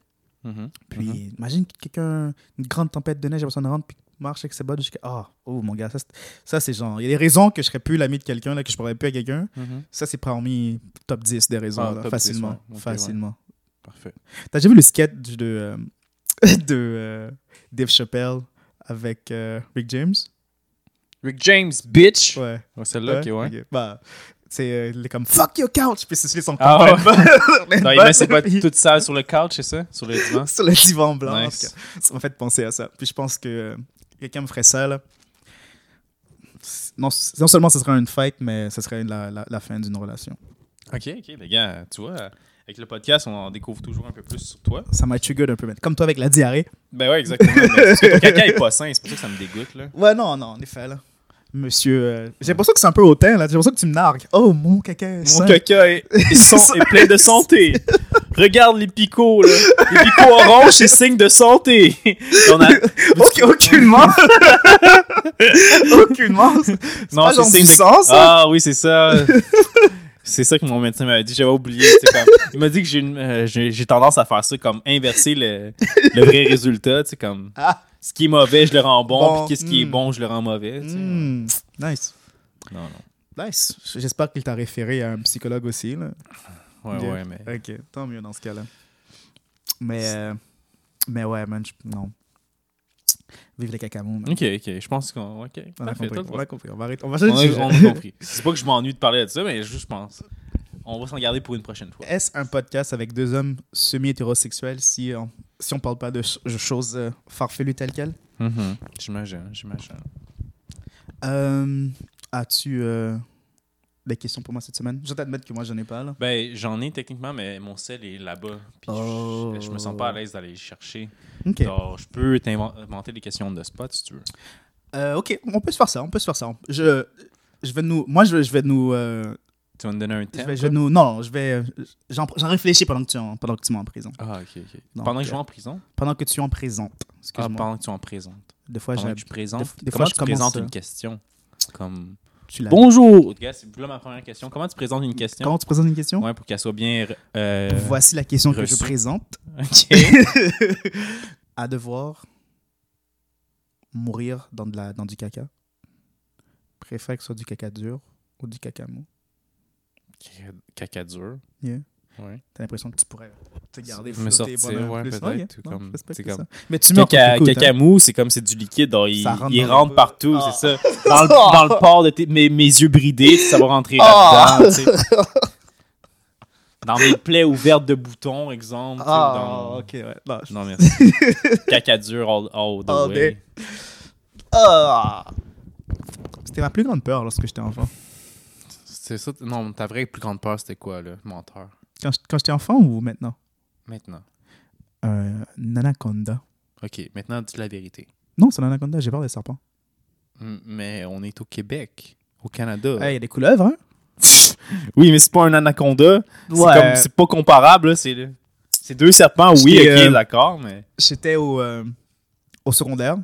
[SPEAKER 1] Mhm.
[SPEAKER 2] Puis,
[SPEAKER 1] Mm-hmm.
[SPEAKER 2] imagine que quelqu'un, une grande tempête de neige, personne rentre, puis marche avec ses bottes jusqu'à. Ah, oh, mon gars, ça, c'est- ça, c'est genre. Il y a des raisons que je serais plus l'ami de quelqu'un, là, que je pourrais plus à quelqu'un.
[SPEAKER 1] mhm.
[SPEAKER 2] Ça, c'est parmi top 10 des raisons,
[SPEAKER 1] Ah,
[SPEAKER 2] là,
[SPEAKER 1] top 10,
[SPEAKER 2] facilement.
[SPEAKER 1] ouais. Ok,
[SPEAKER 2] facilement.
[SPEAKER 1] Parfait.
[SPEAKER 2] T'as déjà vu le sketch de, euh, de euh, Dave Chappelle avec euh, Rick James?
[SPEAKER 1] Rick James, bitch!
[SPEAKER 2] Ouais.
[SPEAKER 1] Ouais, Celle-là, ok, ouais.
[SPEAKER 2] ok. Bah, c'est euh, il est comme Fuck your couch! Puis c'est celui son
[SPEAKER 1] Ah,
[SPEAKER 2] complet.
[SPEAKER 1] Non, il met ses bottes toutes sales sur le couch, c'est ça? Sur le divan?
[SPEAKER 2] sur le divan blanc. en
[SPEAKER 1] Nice.
[SPEAKER 2] tout cas. Ça m'a fait penser à ça. Puis je pense que euh, quelqu'un me ferait ça, là. C'est- Non, c- non seulement ce serait une fight, mais ce serait la, la, la fin d'une relation.
[SPEAKER 1] Ok, ok, les gars, tu vois, euh, avec le podcast, on en découvre toujours un peu plus sur toi.
[SPEAKER 2] Ça m'a triggered un peu, mais comme toi avec la diarrhée.
[SPEAKER 1] Ben ouais, exactement. mais Parce que ton caca est pas sain, c'est pour ça que ça me dégoûte, là.
[SPEAKER 2] Ouais, non, non, en effet, là. Monsieur, euh, j'ai l'impression que c'est un peu hautain, là. J'ai l'impression que tu me nargues. Oh, mon caca.
[SPEAKER 1] Mon caca est, est son- est plein de santé. Regarde les picots, là. Les picots orange, c'est signe de santé. On a-
[SPEAKER 2] Ok, aucunement. aucunement.
[SPEAKER 1] Non,
[SPEAKER 2] pas genre
[SPEAKER 1] c'est
[SPEAKER 2] du
[SPEAKER 1] signe de-
[SPEAKER 2] sang, ça?
[SPEAKER 1] Ah oui, c'est ça. c'est ça que mon médecin m'avait dit. J'avais oublié. c'est comme- Il m'a dit que j'ai, une- euh, j'ai, j'ai tendance à faire ça, comme inverser le, le vrai résultat. tu sais, Comme,
[SPEAKER 2] Ah.
[SPEAKER 1] Ce qui est mauvais, je le rends bon.
[SPEAKER 2] Bon,
[SPEAKER 1] puis qu'est-ce qui est
[SPEAKER 2] hmm.
[SPEAKER 1] bon, je le rends mauvais. tu sais.
[SPEAKER 2] Hmm, Nice.
[SPEAKER 1] Non,
[SPEAKER 2] Nice. J'espère qu'il t'a référé à un psychologue aussi. Là.
[SPEAKER 1] non. Ouais,
[SPEAKER 2] Yeah.
[SPEAKER 1] ouais, mais...
[SPEAKER 2] Ok, tant mieux dans ce cas-là. Mais, euh, mais ouais, man, je- non. Vive les cacamons. man.
[SPEAKER 1] Ok, ok. Je pense qu'on... Ok.
[SPEAKER 2] On a
[SPEAKER 1] Parfait,
[SPEAKER 2] compris.
[SPEAKER 1] toi,
[SPEAKER 2] On a compris. On va arrêter. On va
[SPEAKER 1] On
[SPEAKER 2] changer de
[SPEAKER 1] a,
[SPEAKER 2] sujet.
[SPEAKER 1] on a compris. C'est pas que je m'ennuie de parler de ça, mais je je pense. On va s'en garder pour une prochaine fois.
[SPEAKER 2] Est-ce un podcast avec deux hommes semi-hétérosexuels si on, si on parle pas de ch- choses euh, farfelues telles quelles Mm-hmm.
[SPEAKER 1] J'imagine, j'imagine.
[SPEAKER 2] Euh, As-tu euh, des questions pour moi cette semaine Je vais t'admettre que moi, j'en ai pas. Là.
[SPEAKER 1] Ben, j'en ai techniquement, mais mon sel est là-bas. Puis
[SPEAKER 2] Oh.
[SPEAKER 1] je, je me sens pas à l'aise d'aller le chercher.
[SPEAKER 2] Ok.
[SPEAKER 1] Alors, je peux t'inventer des questions de spot si tu veux.
[SPEAKER 2] Euh, ok, on peut se faire ça, on peut se faire ça. Je, je vais nous, moi, je, vais- je vais nous, euh,
[SPEAKER 1] Tu vas me donner un
[SPEAKER 2] je
[SPEAKER 1] thème.
[SPEAKER 2] vais, je
[SPEAKER 1] toi?
[SPEAKER 2] vais nous, non, je vais, j'en, j'en réfléchis pendant que tu, en- pendant que tu m'es en prison,
[SPEAKER 1] Ah, ok, ok.
[SPEAKER 2] Non,
[SPEAKER 1] pendant que
[SPEAKER 2] ok.
[SPEAKER 1] je vais en prison
[SPEAKER 2] pendant que tu en présentes.
[SPEAKER 1] Ah,
[SPEAKER 2] Excuse-moi.
[SPEAKER 1] pendant que tu en présentes
[SPEAKER 2] Des fois,
[SPEAKER 1] Pendant
[SPEAKER 2] j'ai-
[SPEAKER 1] que je présente,
[SPEAKER 2] des- des
[SPEAKER 1] comment
[SPEAKER 2] fois,
[SPEAKER 1] tu
[SPEAKER 2] je commence,
[SPEAKER 1] présentes
[SPEAKER 2] euh,
[SPEAKER 1] une question Comme.
[SPEAKER 2] tu l'as.
[SPEAKER 1] Bonjour Gars, c'est là ma première question. Comment tu présentes une question
[SPEAKER 2] Comment tu présentes une question
[SPEAKER 1] Ouais, pour qu'elle soit bien. euh,
[SPEAKER 2] Voici la question que je
[SPEAKER 1] reçu.
[SPEAKER 2] présente.
[SPEAKER 1] ok.
[SPEAKER 2] à devoir mourir dans, de la, dans du caca, préfère que ce soit du caca dur ou du caca mou.
[SPEAKER 1] Caca dur.
[SPEAKER 2] Yeah.
[SPEAKER 1] Ouais.
[SPEAKER 2] T'as l'impression que tu pourrais te garder
[SPEAKER 1] Me
[SPEAKER 2] flotter
[SPEAKER 1] sortir,
[SPEAKER 2] pendant
[SPEAKER 1] ouais,
[SPEAKER 2] plus.
[SPEAKER 1] peut-être,
[SPEAKER 2] Ok,
[SPEAKER 1] ou
[SPEAKER 2] non,
[SPEAKER 1] comme-
[SPEAKER 2] je respecte
[SPEAKER 1] c'est comme-
[SPEAKER 2] ça. Mais tu meurs
[SPEAKER 1] Caca,
[SPEAKER 2] quand t'écoutes,
[SPEAKER 1] caca
[SPEAKER 2] hein.
[SPEAKER 1] mou, c'est comme c'est du liquide, donc il,
[SPEAKER 2] Ça rentre
[SPEAKER 1] il
[SPEAKER 2] dans
[SPEAKER 1] rentre
[SPEAKER 2] le-
[SPEAKER 1] partout,
[SPEAKER 2] Ah.
[SPEAKER 1] c'est ça. Dans le, dans le port de tes, mes, mes yeux bridés, ça va rentrer
[SPEAKER 2] Ah.
[SPEAKER 1] là-dedans. tu sais. Dans mes plaies ouvertes de boutons, exemple. tu sais,
[SPEAKER 2] Ah,
[SPEAKER 1] dans-
[SPEAKER 2] ok, ouais. Non, je-
[SPEAKER 1] Non, merci. caca dur all, all the
[SPEAKER 2] All
[SPEAKER 1] way.
[SPEAKER 2] day. Ah. C'était ma plus grande peur lorsque j'étais enfant.
[SPEAKER 1] C'est ça, t- non, ta vraie plus grande peur, c'était quoi, là, menteur?
[SPEAKER 2] Quand, je- quand j'étais enfant ou maintenant
[SPEAKER 1] Maintenant.
[SPEAKER 2] Un anaconda.
[SPEAKER 1] OK, maintenant, dis la vérité.
[SPEAKER 2] Non, c'est un anaconda, j'ai peur des serpents.
[SPEAKER 1] M- Mais on est au Québec, au Canada.
[SPEAKER 2] Hey, Il y a des couleuvres, hein?
[SPEAKER 1] Oui, mais c'est pas un anaconda. C'est
[SPEAKER 2] Ouais.
[SPEAKER 1] comme- C'est pas comparable. là. C'est le- c'est deux serpents, oui, ok,
[SPEAKER 2] J'étais, euh,
[SPEAKER 1] d'accord, mais...
[SPEAKER 2] J'étais au, euh, au secondaire,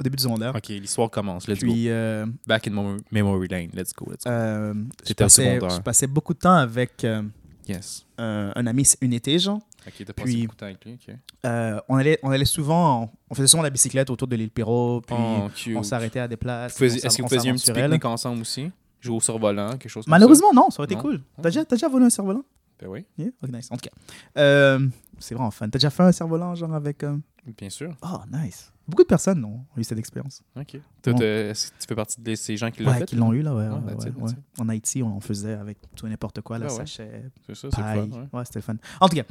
[SPEAKER 2] au début du secondaire.
[SPEAKER 1] OK, l'histoire commence. Let's go.
[SPEAKER 2] Puis, euh,
[SPEAKER 1] Back in memo- memory lane. Let's go. Let's go.
[SPEAKER 2] euh, je,
[SPEAKER 1] T'étais au
[SPEAKER 2] passais,
[SPEAKER 1] secondaire.
[SPEAKER 2] je passais beaucoup de temps avec euh,
[SPEAKER 1] Yes.
[SPEAKER 2] euh, un ami, une été, genre.
[SPEAKER 1] OK, t'as passé
[SPEAKER 2] Puis-
[SPEAKER 1] beaucoup de temps avec lui. OK.
[SPEAKER 2] Euh, on, allait, on allait souvent, on faisait souvent la bicyclette autour de l'île Perrault, puis
[SPEAKER 1] Oh, cute.
[SPEAKER 2] on s'arrêtait à des places.
[SPEAKER 1] Vous faisiez-
[SPEAKER 2] on
[SPEAKER 1] Est-ce que vous
[SPEAKER 2] s'av- on
[SPEAKER 1] faisiez un petit
[SPEAKER 2] s'aventurait, là.
[SPEAKER 1] pique-nique ensemble aussi? Jouer au survolant, quelque chose comme
[SPEAKER 2] Malheureusement, non, ça aurait été
[SPEAKER 1] Non. Ah.
[SPEAKER 2] cool. T'as déjà, t'as déjà volé un cerf-volant
[SPEAKER 1] ça? Ben oui,
[SPEAKER 2] Yeah, ok, nice. En tout cas, euh, c'est vraiment fun. T'as déjà fait un cerf-volant, genre avec. euh,
[SPEAKER 1] bien sûr.
[SPEAKER 2] Oh, nice. Beaucoup de personnes ont eu cette expérience.
[SPEAKER 1] OK. Toi,
[SPEAKER 2] Bon.
[SPEAKER 1] t'as- est-ce que tu fais partie de ces gens qui l'ont
[SPEAKER 2] Ouais,
[SPEAKER 1] fait?
[SPEAKER 2] qui l'ont eu, là, ouais.
[SPEAKER 1] Ouais,
[SPEAKER 2] ouais,
[SPEAKER 1] that's it,
[SPEAKER 2] ouais,
[SPEAKER 1] that's
[SPEAKER 2] ouais. En Haïti, on en faisait avec tout et n'importe quoi, là,
[SPEAKER 1] Ah ouais.
[SPEAKER 2] sachet,
[SPEAKER 1] C'est ça, c'est le
[SPEAKER 2] paille.
[SPEAKER 1] fun. ouais.
[SPEAKER 2] ouais, c'était le fun. En tout cas,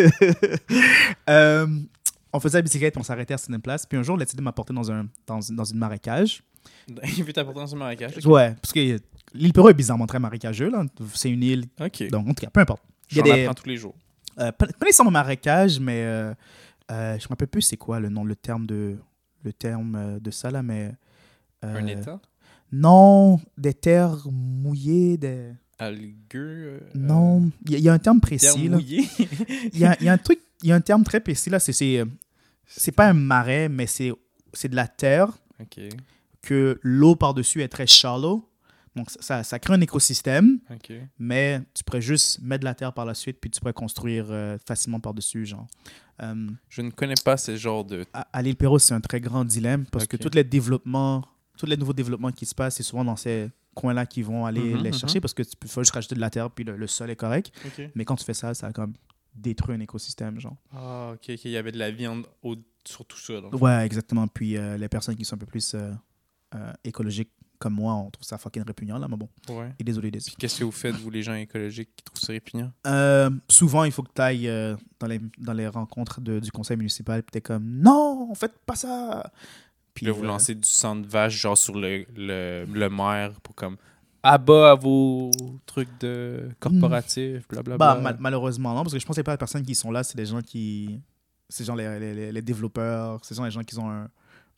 [SPEAKER 2] Euh, on faisait la bicyclette, puis on s'arrêtait à certaines places. Puis un jour, la m'a porté dans, un, dans, dans une marécage.
[SPEAKER 1] Il veut t'apporter dans ce marécage. OK.
[SPEAKER 2] Ouais, parce que l'île Perrault est bizarrement très marécageux, là. C'est une île,
[SPEAKER 1] OK.
[SPEAKER 2] donc en tout cas, peu importe. Il y
[SPEAKER 1] J'en
[SPEAKER 2] a des,
[SPEAKER 1] apprends tous les jours.
[SPEAKER 2] euh, pas pas nécessairement marécage, mais euh, euh, je me rappelle plus c'est quoi le nom, le terme de, le terme euh, de ça, là, mais... euh,
[SPEAKER 1] Un état?
[SPEAKER 2] Non, des terres mouillées, des...
[SPEAKER 1] Algueux? euh,
[SPEAKER 2] non, il y, a- il y a un terme précis,
[SPEAKER 1] terre
[SPEAKER 2] là.
[SPEAKER 1] mouillée?
[SPEAKER 2] Il y a, il y a un truc, il y a un terme très précis, là, c'est- c'est... euh, C'est pas un marais, mais c'est c'est de la terre
[SPEAKER 1] OK.
[SPEAKER 2] que l'eau par-dessus est très shallow. Donc, ça- ça, ça crée un écosystème,
[SPEAKER 1] OK.
[SPEAKER 2] mais tu pourrais juste mettre de la terre par la suite, puis tu pourrais construire euh, facilement par-dessus, genre. Euh,
[SPEAKER 1] Je ne connais pas ce genre de...
[SPEAKER 2] à, à l'île Perrault, c'est un très grand dilemme parce
[SPEAKER 1] Ok.
[SPEAKER 2] que tous les développements, tous les nouveaux développements qui se passent, c'est souvent dans ces coins-là qu'ils vont aller
[SPEAKER 1] Mhm,
[SPEAKER 2] les
[SPEAKER 1] mhm.
[SPEAKER 2] chercher parce que tu peux faut juste rajouter de la terre, puis le, le sol est correct.
[SPEAKER 1] OK.
[SPEAKER 2] Mais quand tu fais ça, ça comme détruit un écosystème, genre.
[SPEAKER 1] Ah, OK, OK. Il y avait de la viande au- sur tout ça. donc.
[SPEAKER 2] Ouais, exactement. Puis euh, les personnes qui sont un peu plus euh, euh, écologiques comme moi, on trouve ça fucking répugnant, là, mais bon.
[SPEAKER 1] Ouais.
[SPEAKER 2] Et désolé, désolé.
[SPEAKER 1] Puis qu'est-ce que vous faites, vous, les gens écologiques qui trouvent ça répugnant?
[SPEAKER 2] Euh, souvent, il faut que tu ailles dans, les, dans les rencontres de- du conseil municipal, puis t'es comme non, faites pas ça.
[SPEAKER 1] Puis là, vous
[SPEAKER 2] euh,
[SPEAKER 1] lancez du sang de vache, genre sur le, le, le maire, pour comme abat à vos trucs de corporatifs, blablabla.
[SPEAKER 2] Hmm. bah, mal- malheureusement, non, parce que je pense que c'est pas les personnes qui sont là, c'est des gens qui. C'est genre les, les- les- les développeurs, c'est genre les gens qui ont un,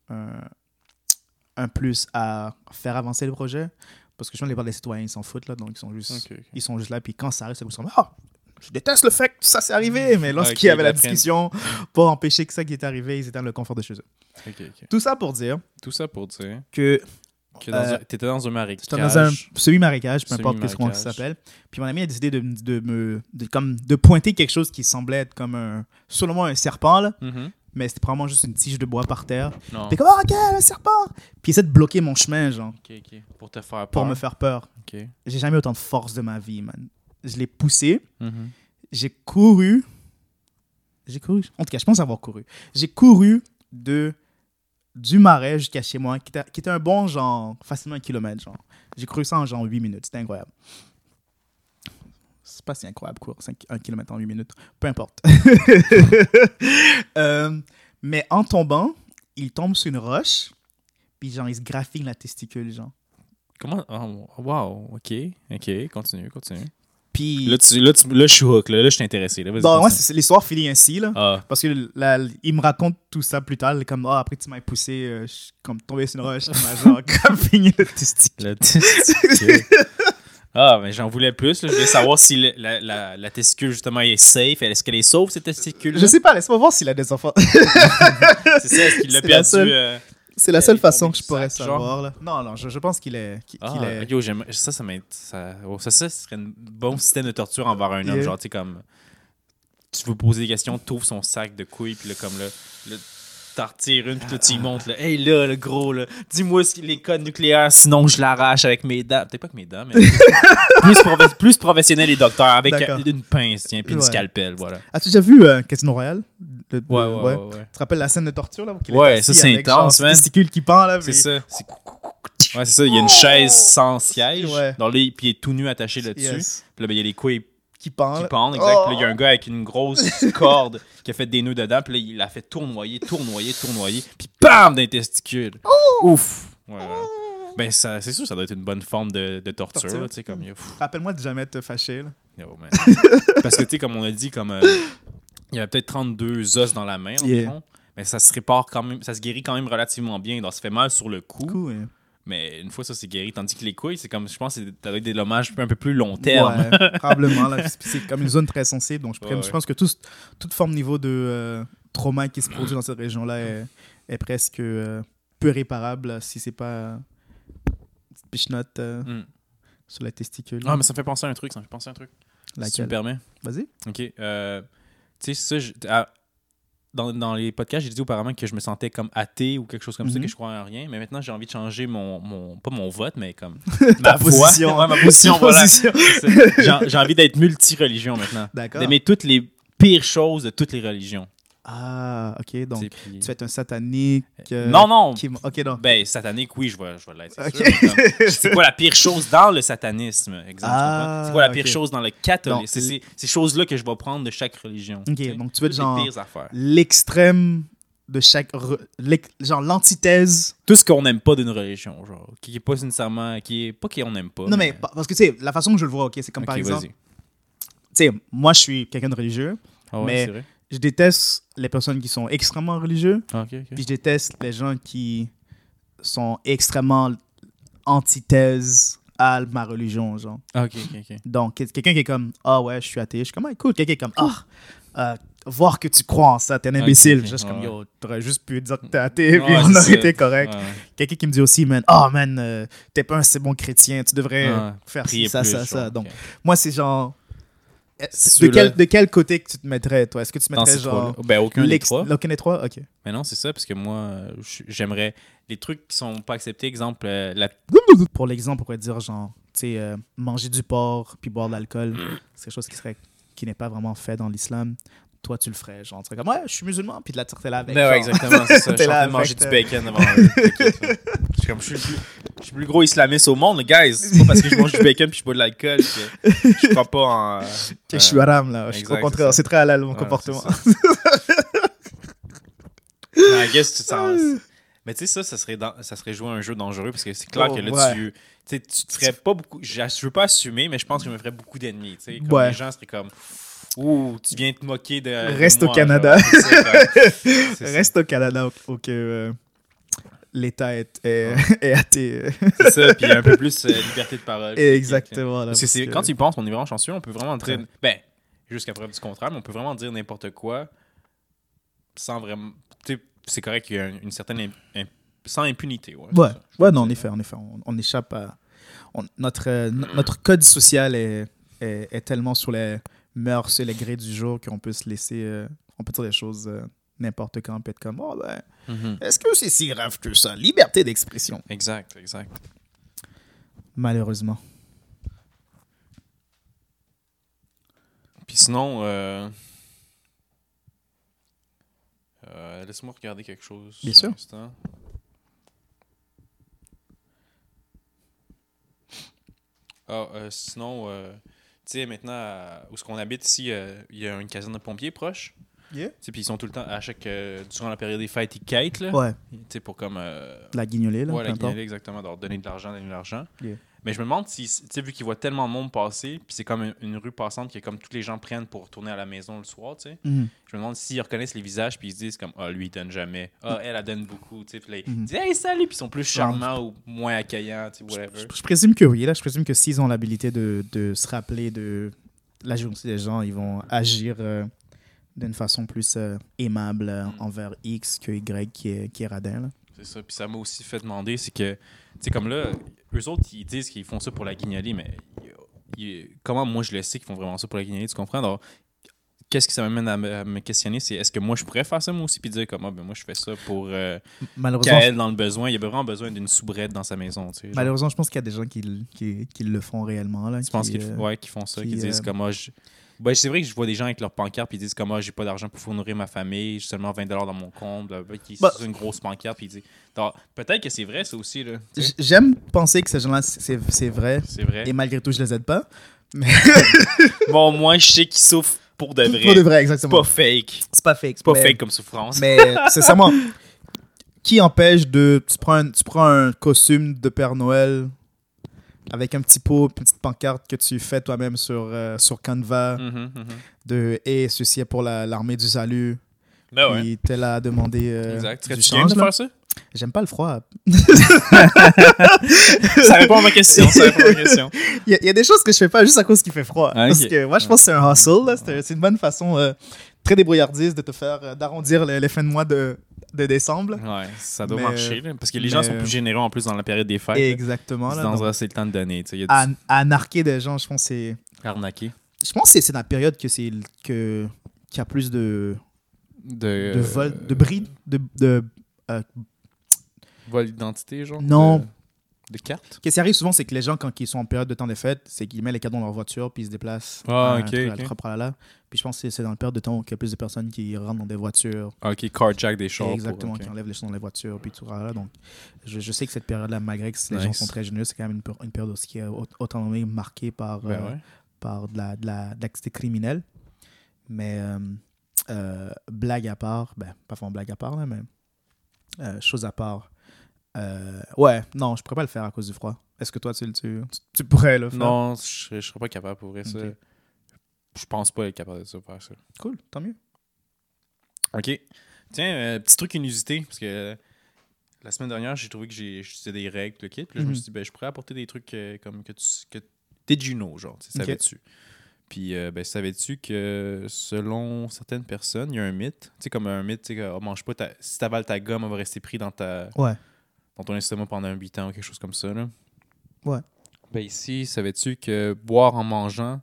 [SPEAKER 2] un, un plus à faire avancer le projet. Parce que je pense que les part des citoyens, ils s'en foutent, là, donc ils sont juste,
[SPEAKER 1] Ok, ok.
[SPEAKER 2] ils sont juste là, puis quand ça arrive, c'est comme ah, je déteste le fait que ça s'est arrivé, mais lorsqu'il y
[SPEAKER 1] Ok,
[SPEAKER 2] avait la
[SPEAKER 1] ils apprennent.
[SPEAKER 2] discussion pour empêcher que ça qui est arrivé, ils étaient dans le confort de chez eux.
[SPEAKER 1] Ok, ok.
[SPEAKER 2] Tout ça pour dire
[SPEAKER 1] Tout ça pour dire
[SPEAKER 2] que
[SPEAKER 1] que dans
[SPEAKER 2] Euh,
[SPEAKER 1] un- t'étais dans un marécage.
[SPEAKER 2] j'étais dans un semi-marécage, peu importe qu'est-ce qu'on
[SPEAKER 1] Semi-marécage.
[SPEAKER 2] s'appelle. Puis mon ami a décidé de, de me de, comme, de pointer quelque chose qui semblait être comme un, selon moi, un serpent, là,
[SPEAKER 1] Mhm.
[SPEAKER 2] mais c'était probablement juste une tige de bois par terre.
[SPEAKER 1] Non.
[SPEAKER 2] T'es comme, oh, ok, un serpent! Puis il essaie de bloquer mon chemin, genre,
[SPEAKER 1] Ok, ok. Pour te faire peur.
[SPEAKER 2] pour me faire peur.
[SPEAKER 1] Ok.
[SPEAKER 2] J'ai jamais eu autant de force de ma vie, man. Je l'ai poussé,
[SPEAKER 1] Mhm.
[SPEAKER 2] j'ai couru. J'ai couru. En tout cas, je pense avoir couru. J'ai couru de du marais jusqu'à chez moi, qui était, qui était un bon genre, facilement un kilomètre, genre. J'ai couru ça en genre 8 minutes. C'était incroyable. C'est pas si incroyable, courir 5, 1 kilomètre en 8 minutes. Peu importe. Euh, mais en tombant, il tombe sur une roche, puis genre, il se graphine la testicule, genre.
[SPEAKER 1] Comment. oh, wow, ok. Ok, continue, continue.
[SPEAKER 2] Puis...
[SPEAKER 1] Là, tu, là, tu- là, je suis hook, là, là je suis intéressé. Là, vas-y,
[SPEAKER 2] Bon, moi,
[SPEAKER 1] continue.
[SPEAKER 2] c'est- l'histoire finit ainsi, là.
[SPEAKER 1] Ah,
[SPEAKER 2] Parce que là, il me raconte tout ça plus tard, comme ah après tu m'as poussé, euh, je suis comme tombé sur une roche, qui m'a genre comme fini le testicule.
[SPEAKER 1] le testicule. Ah, mais j'en voulais plus. là. Je voulais savoir si le- la, la, la testicule, justement, est safe. Est-ce qu'elle est sauve, cette testicule
[SPEAKER 2] Je sais pas, laisse-moi voir s'il a des enfants.
[SPEAKER 1] C'est ça, est-ce qu'il l'a
[SPEAKER 2] C'est la
[SPEAKER 1] perdu?
[SPEAKER 2] seule-
[SPEAKER 1] euh,
[SPEAKER 2] C'est la
[SPEAKER 1] Elle
[SPEAKER 2] seule
[SPEAKER 1] est
[SPEAKER 2] façon
[SPEAKER 1] tombée
[SPEAKER 2] que je
[SPEAKER 1] du
[SPEAKER 2] pourrais
[SPEAKER 1] sac, genre.
[SPEAKER 2] savoir. Là. Non, non, je, je pense qu'il est. qu'il- qu'il
[SPEAKER 1] Ah,
[SPEAKER 2] est...
[SPEAKER 1] yo, j'aime- ça, ça, m'int- ça, oh, ça, ça serait un bon système de torture envers un homme.
[SPEAKER 2] Yeah.
[SPEAKER 1] Genre, tu sais, comme. Tu veux poser des questions, t'ouvres son sac de couilles, puis là, comme là. là T'en retires une, puis là, tu y montes. Là. Hey, là, le gros, là, dis-moi ce qu'il- les codes nucléaires, sinon je l'arrache avec mes dents. Peut-être pas que mes dents, mais. plus, profe- plus professionnel les docteurs, avec
[SPEAKER 2] D'accord.
[SPEAKER 1] une pince, tiens, puis une
[SPEAKER 2] Ouais.
[SPEAKER 1] scalpel, voilà.
[SPEAKER 2] As-tu déjà vu euh, Casino Royale Le-
[SPEAKER 1] Ouais,
[SPEAKER 2] le-
[SPEAKER 1] ouais, ouais. ouais.
[SPEAKER 2] Tu te rappelles la scène de torture là où qu'il
[SPEAKER 1] Ouais, ça,
[SPEAKER 2] assis
[SPEAKER 1] c'est
[SPEAKER 2] avec,
[SPEAKER 1] intense,
[SPEAKER 2] genre,
[SPEAKER 1] man.
[SPEAKER 2] Ce testicule qui pend là.
[SPEAKER 1] C'est
[SPEAKER 2] puis-
[SPEAKER 1] ça. c'est- Ouais, c'est ça. Il y a une chaise sans siège,
[SPEAKER 2] Ouais.
[SPEAKER 1] dans les, puis il est tout nu attaché là-dessus.
[SPEAKER 2] Yes.
[SPEAKER 1] Puis là, ben, il y a les couilles
[SPEAKER 2] Qui pend.
[SPEAKER 1] qui
[SPEAKER 2] là.
[SPEAKER 1] pendent, exact.
[SPEAKER 2] Oh.
[SPEAKER 1] Puis là, il y a un gars avec une grosse corde qui a fait des nœuds dedans, puis là, il l'a fait tournoyer, tournoyer, tournoyer, puis PAM! dans les testicules. Ouf! Ouais, ouais. Ben, ça- c'est sûr, ça doit être une bonne forme de, de torture,
[SPEAKER 2] Torture. Mm.
[SPEAKER 1] là, tu sais, comme... pff,
[SPEAKER 2] Rappelle-moi de jamais te fâcher. Là.
[SPEAKER 1] yo, man. Parce que, tu sais, comme on a dit, comme euh, il y avait peut-être 32 os dans la main,
[SPEAKER 2] Yeah.
[SPEAKER 1] environ, mais ça se répare quand même, ça se guérit quand même relativement bien. Donc, ça fait mal sur le coup,
[SPEAKER 2] Cool, hein.
[SPEAKER 1] mais une fois ça, c'est guéri. Tandis que les couilles, c'est comme, je pense, que t'avais des dommages un peu plus long terme.
[SPEAKER 2] Ouais, probablement. là. Puis C'est comme une zone très sensible. Donc, je,
[SPEAKER 1] Ouais,
[SPEAKER 2] pré- je
[SPEAKER 1] ouais.
[SPEAKER 2] pense que tout- toute forme niveau de euh, trauma qui se produit dans cette région-là est, est presque euh, peu réparable là, si c'est pas euh, une petite pichenote euh,
[SPEAKER 1] Mm.
[SPEAKER 2] sur la testicule.
[SPEAKER 1] Ah, mais ça me fait penser à un truc, ça me fait penser à un truc. Si tu
[SPEAKER 2] Laquelle?
[SPEAKER 1] me permets.
[SPEAKER 2] Vas-y.
[SPEAKER 1] OK. euh, tu sais, ça, je- à- dans, dans les podcasts, j'ai dit auparavant que je me sentais comme athée ou quelque chose comme ça,
[SPEAKER 2] Mhm.
[SPEAKER 1] que je crois en rien. Mais maintenant, j'ai envie de changer mon, mon- Pas mon vote, mais comme. ma voix.
[SPEAKER 2] position.
[SPEAKER 1] Ouais, ma position,
[SPEAKER 2] Ta
[SPEAKER 1] voilà.
[SPEAKER 2] position.
[SPEAKER 1] C'est- J'ai j'ai envie d'être multi-religion maintenant.
[SPEAKER 2] D'accord.
[SPEAKER 1] D'aimer toutes les pires choses de toutes les religions.
[SPEAKER 2] Ah, ok. Donc,
[SPEAKER 1] Tu sais, puis-
[SPEAKER 2] tu vas être un satanique. euh,
[SPEAKER 1] Eh, non, non.
[SPEAKER 2] qui- Ok, non.
[SPEAKER 1] Ben, satanique, oui, je vais, je vais l'être. c'est
[SPEAKER 2] Ok.
[SPEAKER 1] sûr, mais comme, C'est quoi la pire chose dans le satanisme, exemple?
[SPEAKER 2] Ah,
[SPEAKER 1] c'est quoi la pire
[SPEAKER 2] ok.
[SPEAKER 1] chose dans le
[SPEAKER 2] Non,
[SPEAKER 1] catholicisme? C'est c'est- ces choses-là que je vais prendre de chaque religion.
[SPEAKER 2] Ok,
[SPEAKER 1] tu sais.
[SPEAKER 2] donc tu veux être
[SPEAKER 1] Toutes
[SPEAKER 2] genre-
[SPEAKER 1] Les pires affaires.
[SPEAKER 2] L'extrême de chaque. re- l'ex- Genre, l'antithèse
[SPEAKER 1] tout ce qu'on n'aime pas d'une religion, genre, qui est pas nécessairement, qui est pas qu'on n'aime pas.
[SPEAKER 2] Non, mais pa- parce que, tu sais, la façon que je le vois, OK, c'est comme
[SPEAKER 1] Ok,
[SPEAKER 2] par exemple,
[SPEAKER 1] vas-y.
[SPEAKER 2] tu sais, moi, je suis quelqu'un de religieux.
[SPEAKER 1] Ah ouais,
[SPEAKER 2] mais-
[SPEAKER 1] c'est vrai.
[SPEAKER 2] Je déteste les personnes qui sont extrêmement religieux,
[SPEAKER 1] Ah, ok, ok.
[SPEAKER 2] puis je déteste les gens qui sont extrêmement antithèse à ma religion, genre.
[SPEAKER 1] Ah, ok, ok, ok.
[SPEAKER 2] Donc, quel- quelqu'un qui est comme, ah ouais, je suis athée, je suis comme, ah, écoute, quelqu'un qui est comme, ah, euh, voir que tu crois en ça, t'es un
[SPEAKER 1] Ok,
[SPEAKER 2] imbécile.
[SPEAKER 1] ok,
[SPEAKER 2] Je suis
[SPEAKER 1] ouais,
[SPEAKER 2] comme,
[SPEAKER 1] ouais.
[SPEAKER 2] yo, t'aurais juste pu dire que t'es athée,
[SPEAKER 1] Ouais,
[SPEAKER 2] puis
[SPEAKER 1] ouais,
[SPEAKER 2] on
[SPEAKER 1] c'est ça.
[SPEAKER 2] aurait été correct.
[SPEAKER 1] Ouais, ouais.
[SPEAKER 2] Quelqu'un qui me dit aussi, man, ah, man, euh, t'es pas un si bon chrétien, tu devrais
[SPEAKER 1] Ouais.
[SPEAKER 2] faire ci,
[SPEAKER 1] Prier
[SPEAKER 2] ça,
[SPEAKER 1] plus,
[SPEAKER 2] ça,
[SPEAKER 1] genre,
[SPEAKER 2] ça. Donc,
[SPEAKER 1] ok.
[SPEAKER 2] moi, c'est genre. Euh,
[SPEAKER 1] C'est
[SPEAKER 2] De
[SPEAKER 1] ceux-là.
[SPEAKER 2] quel, de quel côté que tu te mettrais, toi Est-ce que tu te
[SPEAKER 1] Dans
[SPEAKER 2] mettrais
[SPEAKER 1] ces
[SPEAKER 2] genre.
[SPEAKER 1] trois-là. Ben, aucun des
[SPEAKER 2] l'ex-
[SPEAKER 1] trois.
[SPEAKER 2] L'aucun des trois Ok.
[SPEAKER 1] Mais non, c'est ça, parce que moi, euh, je- j'aimerais. Les trucs qui sont pas acceptés, exemple, euh, la.
[SPEAKER 2] Pour l'exemple, on pourrait dire genre, tu sais, euh, manger du porc puis boire de l'alcool, c'est quelque chose qui, serait, qui n'est pas vraiment fait dans l'islam. Toi, tu le ferais. Genre, tu serais comme, ouais, je suis musulman, puis de la t'es là avec.
[SPEAKER 1] Ben ouais,
[SPEAKER 2] genre.
[SPEAKER 1] exactement, c'est ça. Je
[SPEAKER 2] T'es
[SPEAKER 1] suis en
[SPEAKER 2] là
[SPEAKER 1] train de manger
[SPEAKER 2] avec,
[SPEAKER 1] du
[SPEAKER 2] euh,
[SPEAKER 1] bacon avant. T'inquiète, ouais. Je suis comme, je suis le plus- je suis le plus gros islamiste au monde, guys. C'est pas parce que je mange du bacon puis je bois de l'alcool que je crois pas en. euh,
[SPEAKER 2] Que je suis haram, là. je suis
[SPEAKER 1] exact,
[SPEAKER 2] au
[SPEAKER 1] c'est ça.
[SPEAKER 2] contraire. C'est très halal, mon
[SPEAKER 1] Ouais,
[SPEAKER 2] comportement.
[SPEAKER 1] Non, I guess tu t'en- Mais tu sais, ça, ça serait, dans- ça serait jouer à un jeu dangereux parce que c'est clair
[SPEAKER 2] Oh,
[SPEAKER 1] que là,
[SPEAKER 2] ouais.
[SPEAKER 1] tu, tu sais, tu te ferais pas beaucoup. Je, je veux pas assumer, mais je pense que je me ferais beaucoup d'ennemis. tu sais, comme
[SPEAKER 2] Ouais.
[SPEAKER 1] Les gens seraient comme Ouh, tu viens te moquer de. de
[SPEAKER 2] Reste au
[SPEAKER 1] moi,
[SPEAKER 2] Canada.
[SPEAKER 1] genre. C'est ça, comme- c'est ça.
[SPEAKER 2] Reste au Canada, au- faut que euh, l'État est, est, est athée. euh,
[SPEAKER 1] C'est ça, puis un peu plus euh, liberté de parole.
[SPEAKER 2] Exactement. là,
[SPEAKER 1] Parce que c'est-
[SPEAKER 2] que-
[SPEAKER 1] quand tu y penses, on est vraiment chanceux, on peut vraiment dire.
[SPEAKER 2] Ouais.
[SPEAKER 1] Ben, jusqu'à preuve du contraire, mais on peut vraiment dire n'importe quoi sans vraiment. Tu sais, c'est correct qu'il y a un- une certaine. imp- imp- sans impunité. Ouais,
[SPEAKER 2] Ouais,
[SPEAKER 1] c'est ça, je
[SPEAKER 2] ouais
[SPEAKER 1] veux
[SPEAKER 2] non, en
[SPEAKER 1] dire.
[SPEAKER 2] effet, en effet. On, on échappe à. on- notre, euh, no- notre code social est, est, est tellement sur les mœurs et les grés du jour qu'on peut se laisser. euh, on peut dire des choses euh, n'importe quand, on peut être comme Oh, ben,
[SPEAKER 1] Mhm.
[SPEAKER 2] est-ce que c'est si grave que ça Liberté d'expression.
[SPEAKER 1] Exact, exact.
[SPEAKER 2] Malheureusement.
[SPEAKER 1] Puis sinon, euh, euh, laisse-moi regarder quelque chose.
[SPEAKER 2] Bien
[SPEAKER 1] un
[SPEAKER 2] sûr.
[SPEAKER 1] instant. Ah, euh, sinon, euh, tu sais, maintenant, à- où ce qu'on habite ici, euh, il y a une caserne de pompiers proche.
[SPEAKER 2] Yeah.
[SPEAKER 1] Tu sais, puis ils sont tout le temps, à chaque, euh, durant la période des fêtes, ils quittent, là.
[SPEAKER 2] Ouais,
[SPEAKER 1] Tu sais, pour comme... euh,
[SPEAKER 2] la guignolée, là.
[SPEAKER 1] Ouais, la
[SPEAKER 2] peu importe.
[SPEAKER 1] guignolée, exactement, de leur donner de l'argent, donner de l'argent.
[SPEAKER 2] Yeah.
[SPEAKER 1] Mais je me demande si, tu sais, vu qu'ils voient tellement de monde passer, puis c'est comme une, une rue passante que comme tous les gens prennent pour retourner à la maison le soir, tu sais,
[SPEAKER 2] Mhm.
[SPEAKER 1] je me demande s'ils reconnaissent les visages, puis ils se disent comme, ah, lui, il donne jamais. Ah,
[SPEAKER 2] Mm.
[SPEAKER 1] elle, elle donne beaucoup, tu sais, puis là, ils
[SPEAKER 2] Mhm.
[SPEAKER 1] disent, hey, salut, puis ils sont plus charmants ou moins accueillants, tu sais, whatever.
[SPEAKER 2] Je, je présume que oui, là. Je présume que s'ils ont l'habilité de, de se rappeler de la journée des gens, ils vont agir euh, d'une façon plus euh, aimable euh,
[SPEAKER 1] Mm.
[SPEAKER 2] envers X que Y qui est, qui est radin, là.
[SPEAKER 1] C'est ça. Puis ça m'a aussi fait demander, c'est que, tu sais, comme là, eux autres, ils disent qu'ils font ça pour la guignolée, mais y- y- comment moi je le sais qu'ils font vraiment ça pour la guignolée, tu comprends? Alors, qu'est-ce que ça m'amène à, me- à me questionner, c'est est-ce que moi je pourrais faire ça moi aussi, puis dire comme, ah, ben moi je fais ça pour euh,
[SPEAKER 2] Malheureusement,
[SPEAKER 1] Kael dans le besoin, il y avait vraiment besoin d'une soubrette dans sa maison, tu sais. genre.
[SPEAKER 2] malheureusement, je pense qu'il y a des gens qui, l- qui, qui le font réellement, là.
[SPEAKER 1] Tu penses qu'ils
[SPEAKER 2] euh,
[SPEAKER 1] ouais, qu'ils font ça, qui,
[SPEAKER 2] qui,
[SPEAKER 1] disent
[SPEAKER 2] euh,
[SPEAKER 1] comme, ah, je- Ben, c'est vrai que je vois des gens avec leurs pancartes, puis ils disent comme, ah, j'ai pas d'argent pour nourrir ma famille, j'ai seulement 20 dans mon compte, blablabla, qui
[SPEAKER 2] Bah-
[SPEAKER 1] c'est une grosse pancarte, puis ils disent, Alors, peut-être que c'est vrai ça aussi, là. tu sais.
[SPEAKER 2] j- J'aime penser que ces gens-là, c'est- c'est c'est vrai.
[SPEAKER 1] C'est vrai.
[SPEAKER 2] Et malgré tout, je les aide pas.
[SPEAKER 1] Bon, moi, je sais qu'il souffre pour de vrai.
[SPEAKER 2] Pour de vrai,
[SPEAKER 1] C'est
[SPEAKER 2] exactement.
[SPEAKER 1] pas fake.
[SPEAKER 2] C'est pas fake.
[SPEAKER 1] C'est pas
[SPEAKER 2] mais-
[SPEAKER 1] fake comme souffrance.
[SPEAKER 2] Mais euh, c'est sincèrement, qui empêche de. Tu prends un, tu prends un costume de Père Noël avec un petit pot, une petite pancarte que tu fais toi-même sur, euh, sur Canva
[SPEAKER 1] Mhm, mhm.
[SPEAKER 2] de et ceci est pour la- l'armée du salut.
[SPEAKER 1] Ben ouais.
[SPEAKER 2] Puis t'es là à demander. euh,
[SPEAKER 1] Exact.
[SPEAKER 2] du
[SPEAKER 1] Serais-tu game de
[SPEAKER 2] change, là.
[SPEAKER 1] faire ça?
[SPEAKER 2] J'aime pas le froid.
[SPEAKER 1] Ça répond à ma question. Ça répond à ma question.
[SPEAKER 2] Il y, a- il y a des choses que je fais pas juste à cause qu'il fait froid.
[SPEAKER 1] Ah, ok.
[SPEAKER 2] Parce que moi, je pense que c'est un hustle. là. C'est c'est une bonne façon euh, très débrouillardiste de te faire, euh, d'arrondir les, les fins de mois de, de décembre. là.
[SPEAKER 1] Ouais, ça doit
[SPEAKER 2] Mais-
[SPEAKER 1] marcher. là, parce que les gens
[SPEAKER 2] mais-
[SPEAKER 1] sont plus généreux en plus dans la période des fêtes. là.
[SPEAKER 2] Exactement.
[SPEAKER 1] Ils se
[SPEAKER 2] Là,
[SPEAKER 1] disent,
[SPEAKER 2] donc,
[SPEAKER 1] Ah, c'est le temps de donner. tu sais, Il y a
[SPEAKER 2] à,
[SPEAKER 1] du
[SPEAKER 2] à anarquer des gens, je pense que c'est.
[SPEAKER 1] arnaqué.
[SPEAKER 2] Je pense que c'est- c'est la période que c'est le- que qu'il y a plus de,
[SPEAKER 1] De, euh,
[SPEAKER 2] de vol, de bride, de, de euh,
[SPEAKER 1] Vol d'identité, genre
[SPEAKER 2] Non.
[SPEAKER 1] De, de carte
[SPEAKER 2] Qu'est-ce qui arrive souvent, c'est que les gens, quand ils sont en période de temps des fêtes, c'est qu'ils mettent les cadeaux dans leur voiture, puis ils se déplacent.
[SPEAKER 1] Ah,
[SPEAKER 2] à-
[SPEAKER 1] ok,
[SPEAKER 2] à- à-
[SPEAKER 1] ok.
[SPEAKER 2] à- à- à- là. Puis je pense que c'est dans la période de temps qu'il y a plus de personnes qui rentrent dans des voitures.
[SPEAKER 1] Ah, Ok, carjack des chars. pour-
[SPEAKER 2] exactement,
[SPEAKER 1] ok.
[SPEAKER 2] qui enlèvent les choses dans les voitures, puis tout ça. Là. Donc, je, je sais que cette période-là, malgré que les
[SPEAKER 1] Nice.
[SPEAKER 2] gens sont très généreux, c'est quand même une, per- une période aussi qui est au- autant nommée marquée par,
[SPEAKER 1] Ben
[SPEAKER 2] euh,
[SPEAKER 1] ouais.
[SPEAKER 2] par de la- de la- de l'activité criminelle. Mais euh, euh, blague à part, ben, pas vraiment blague à part, là, mais euh, chose à part. euh, ouais, non, je pourrais pas le faire à cause du froid. Est-ce que toi, tu, le- tu, tu- tu pourrais le faire
[SPEAKER 1] Non, je serais- je serais pas capable pour vrai, ça.
[SPEAKER 2] Ok.
[SPEAKER 1] Je pense pas être capable de ça, faire ça.
[SPEAKER 2] Cool, tant mieux.
[SPEAKER 1] OK. Tiens, euh, petit truc inusité, parce que euh, la semaine dernière, j'ai trouvé que j'ai- j'utilisais des règles, le kit. Puis là, je me
[SPEAKER 2] Mhm.
[SPEAKER 1] suis dit, ben, je pourrais apporter des trucs euh, comme que tu. Que Did you know, genre, tu sais,
[SPEAKER 2] Ok.
[SPEAKER 1] savais-tu? Puis, euh, ben, savais-tu que selon certaines personnes, il y a un mythe, tu sais, comme un mythe, tu sais, que, oh, mange pas ta... si t'avales ta gomme, elle va rester pris dans ta.
[SPEAKER 2] Ouais.
[SPEAKER 1] dans ton estomac pendant 8 ans ou quelque chose comme ça. Là.
[SPEAKER 2] Ouais.
[SPEAKER 1] Ben ici, savais-tu que boire en mangeant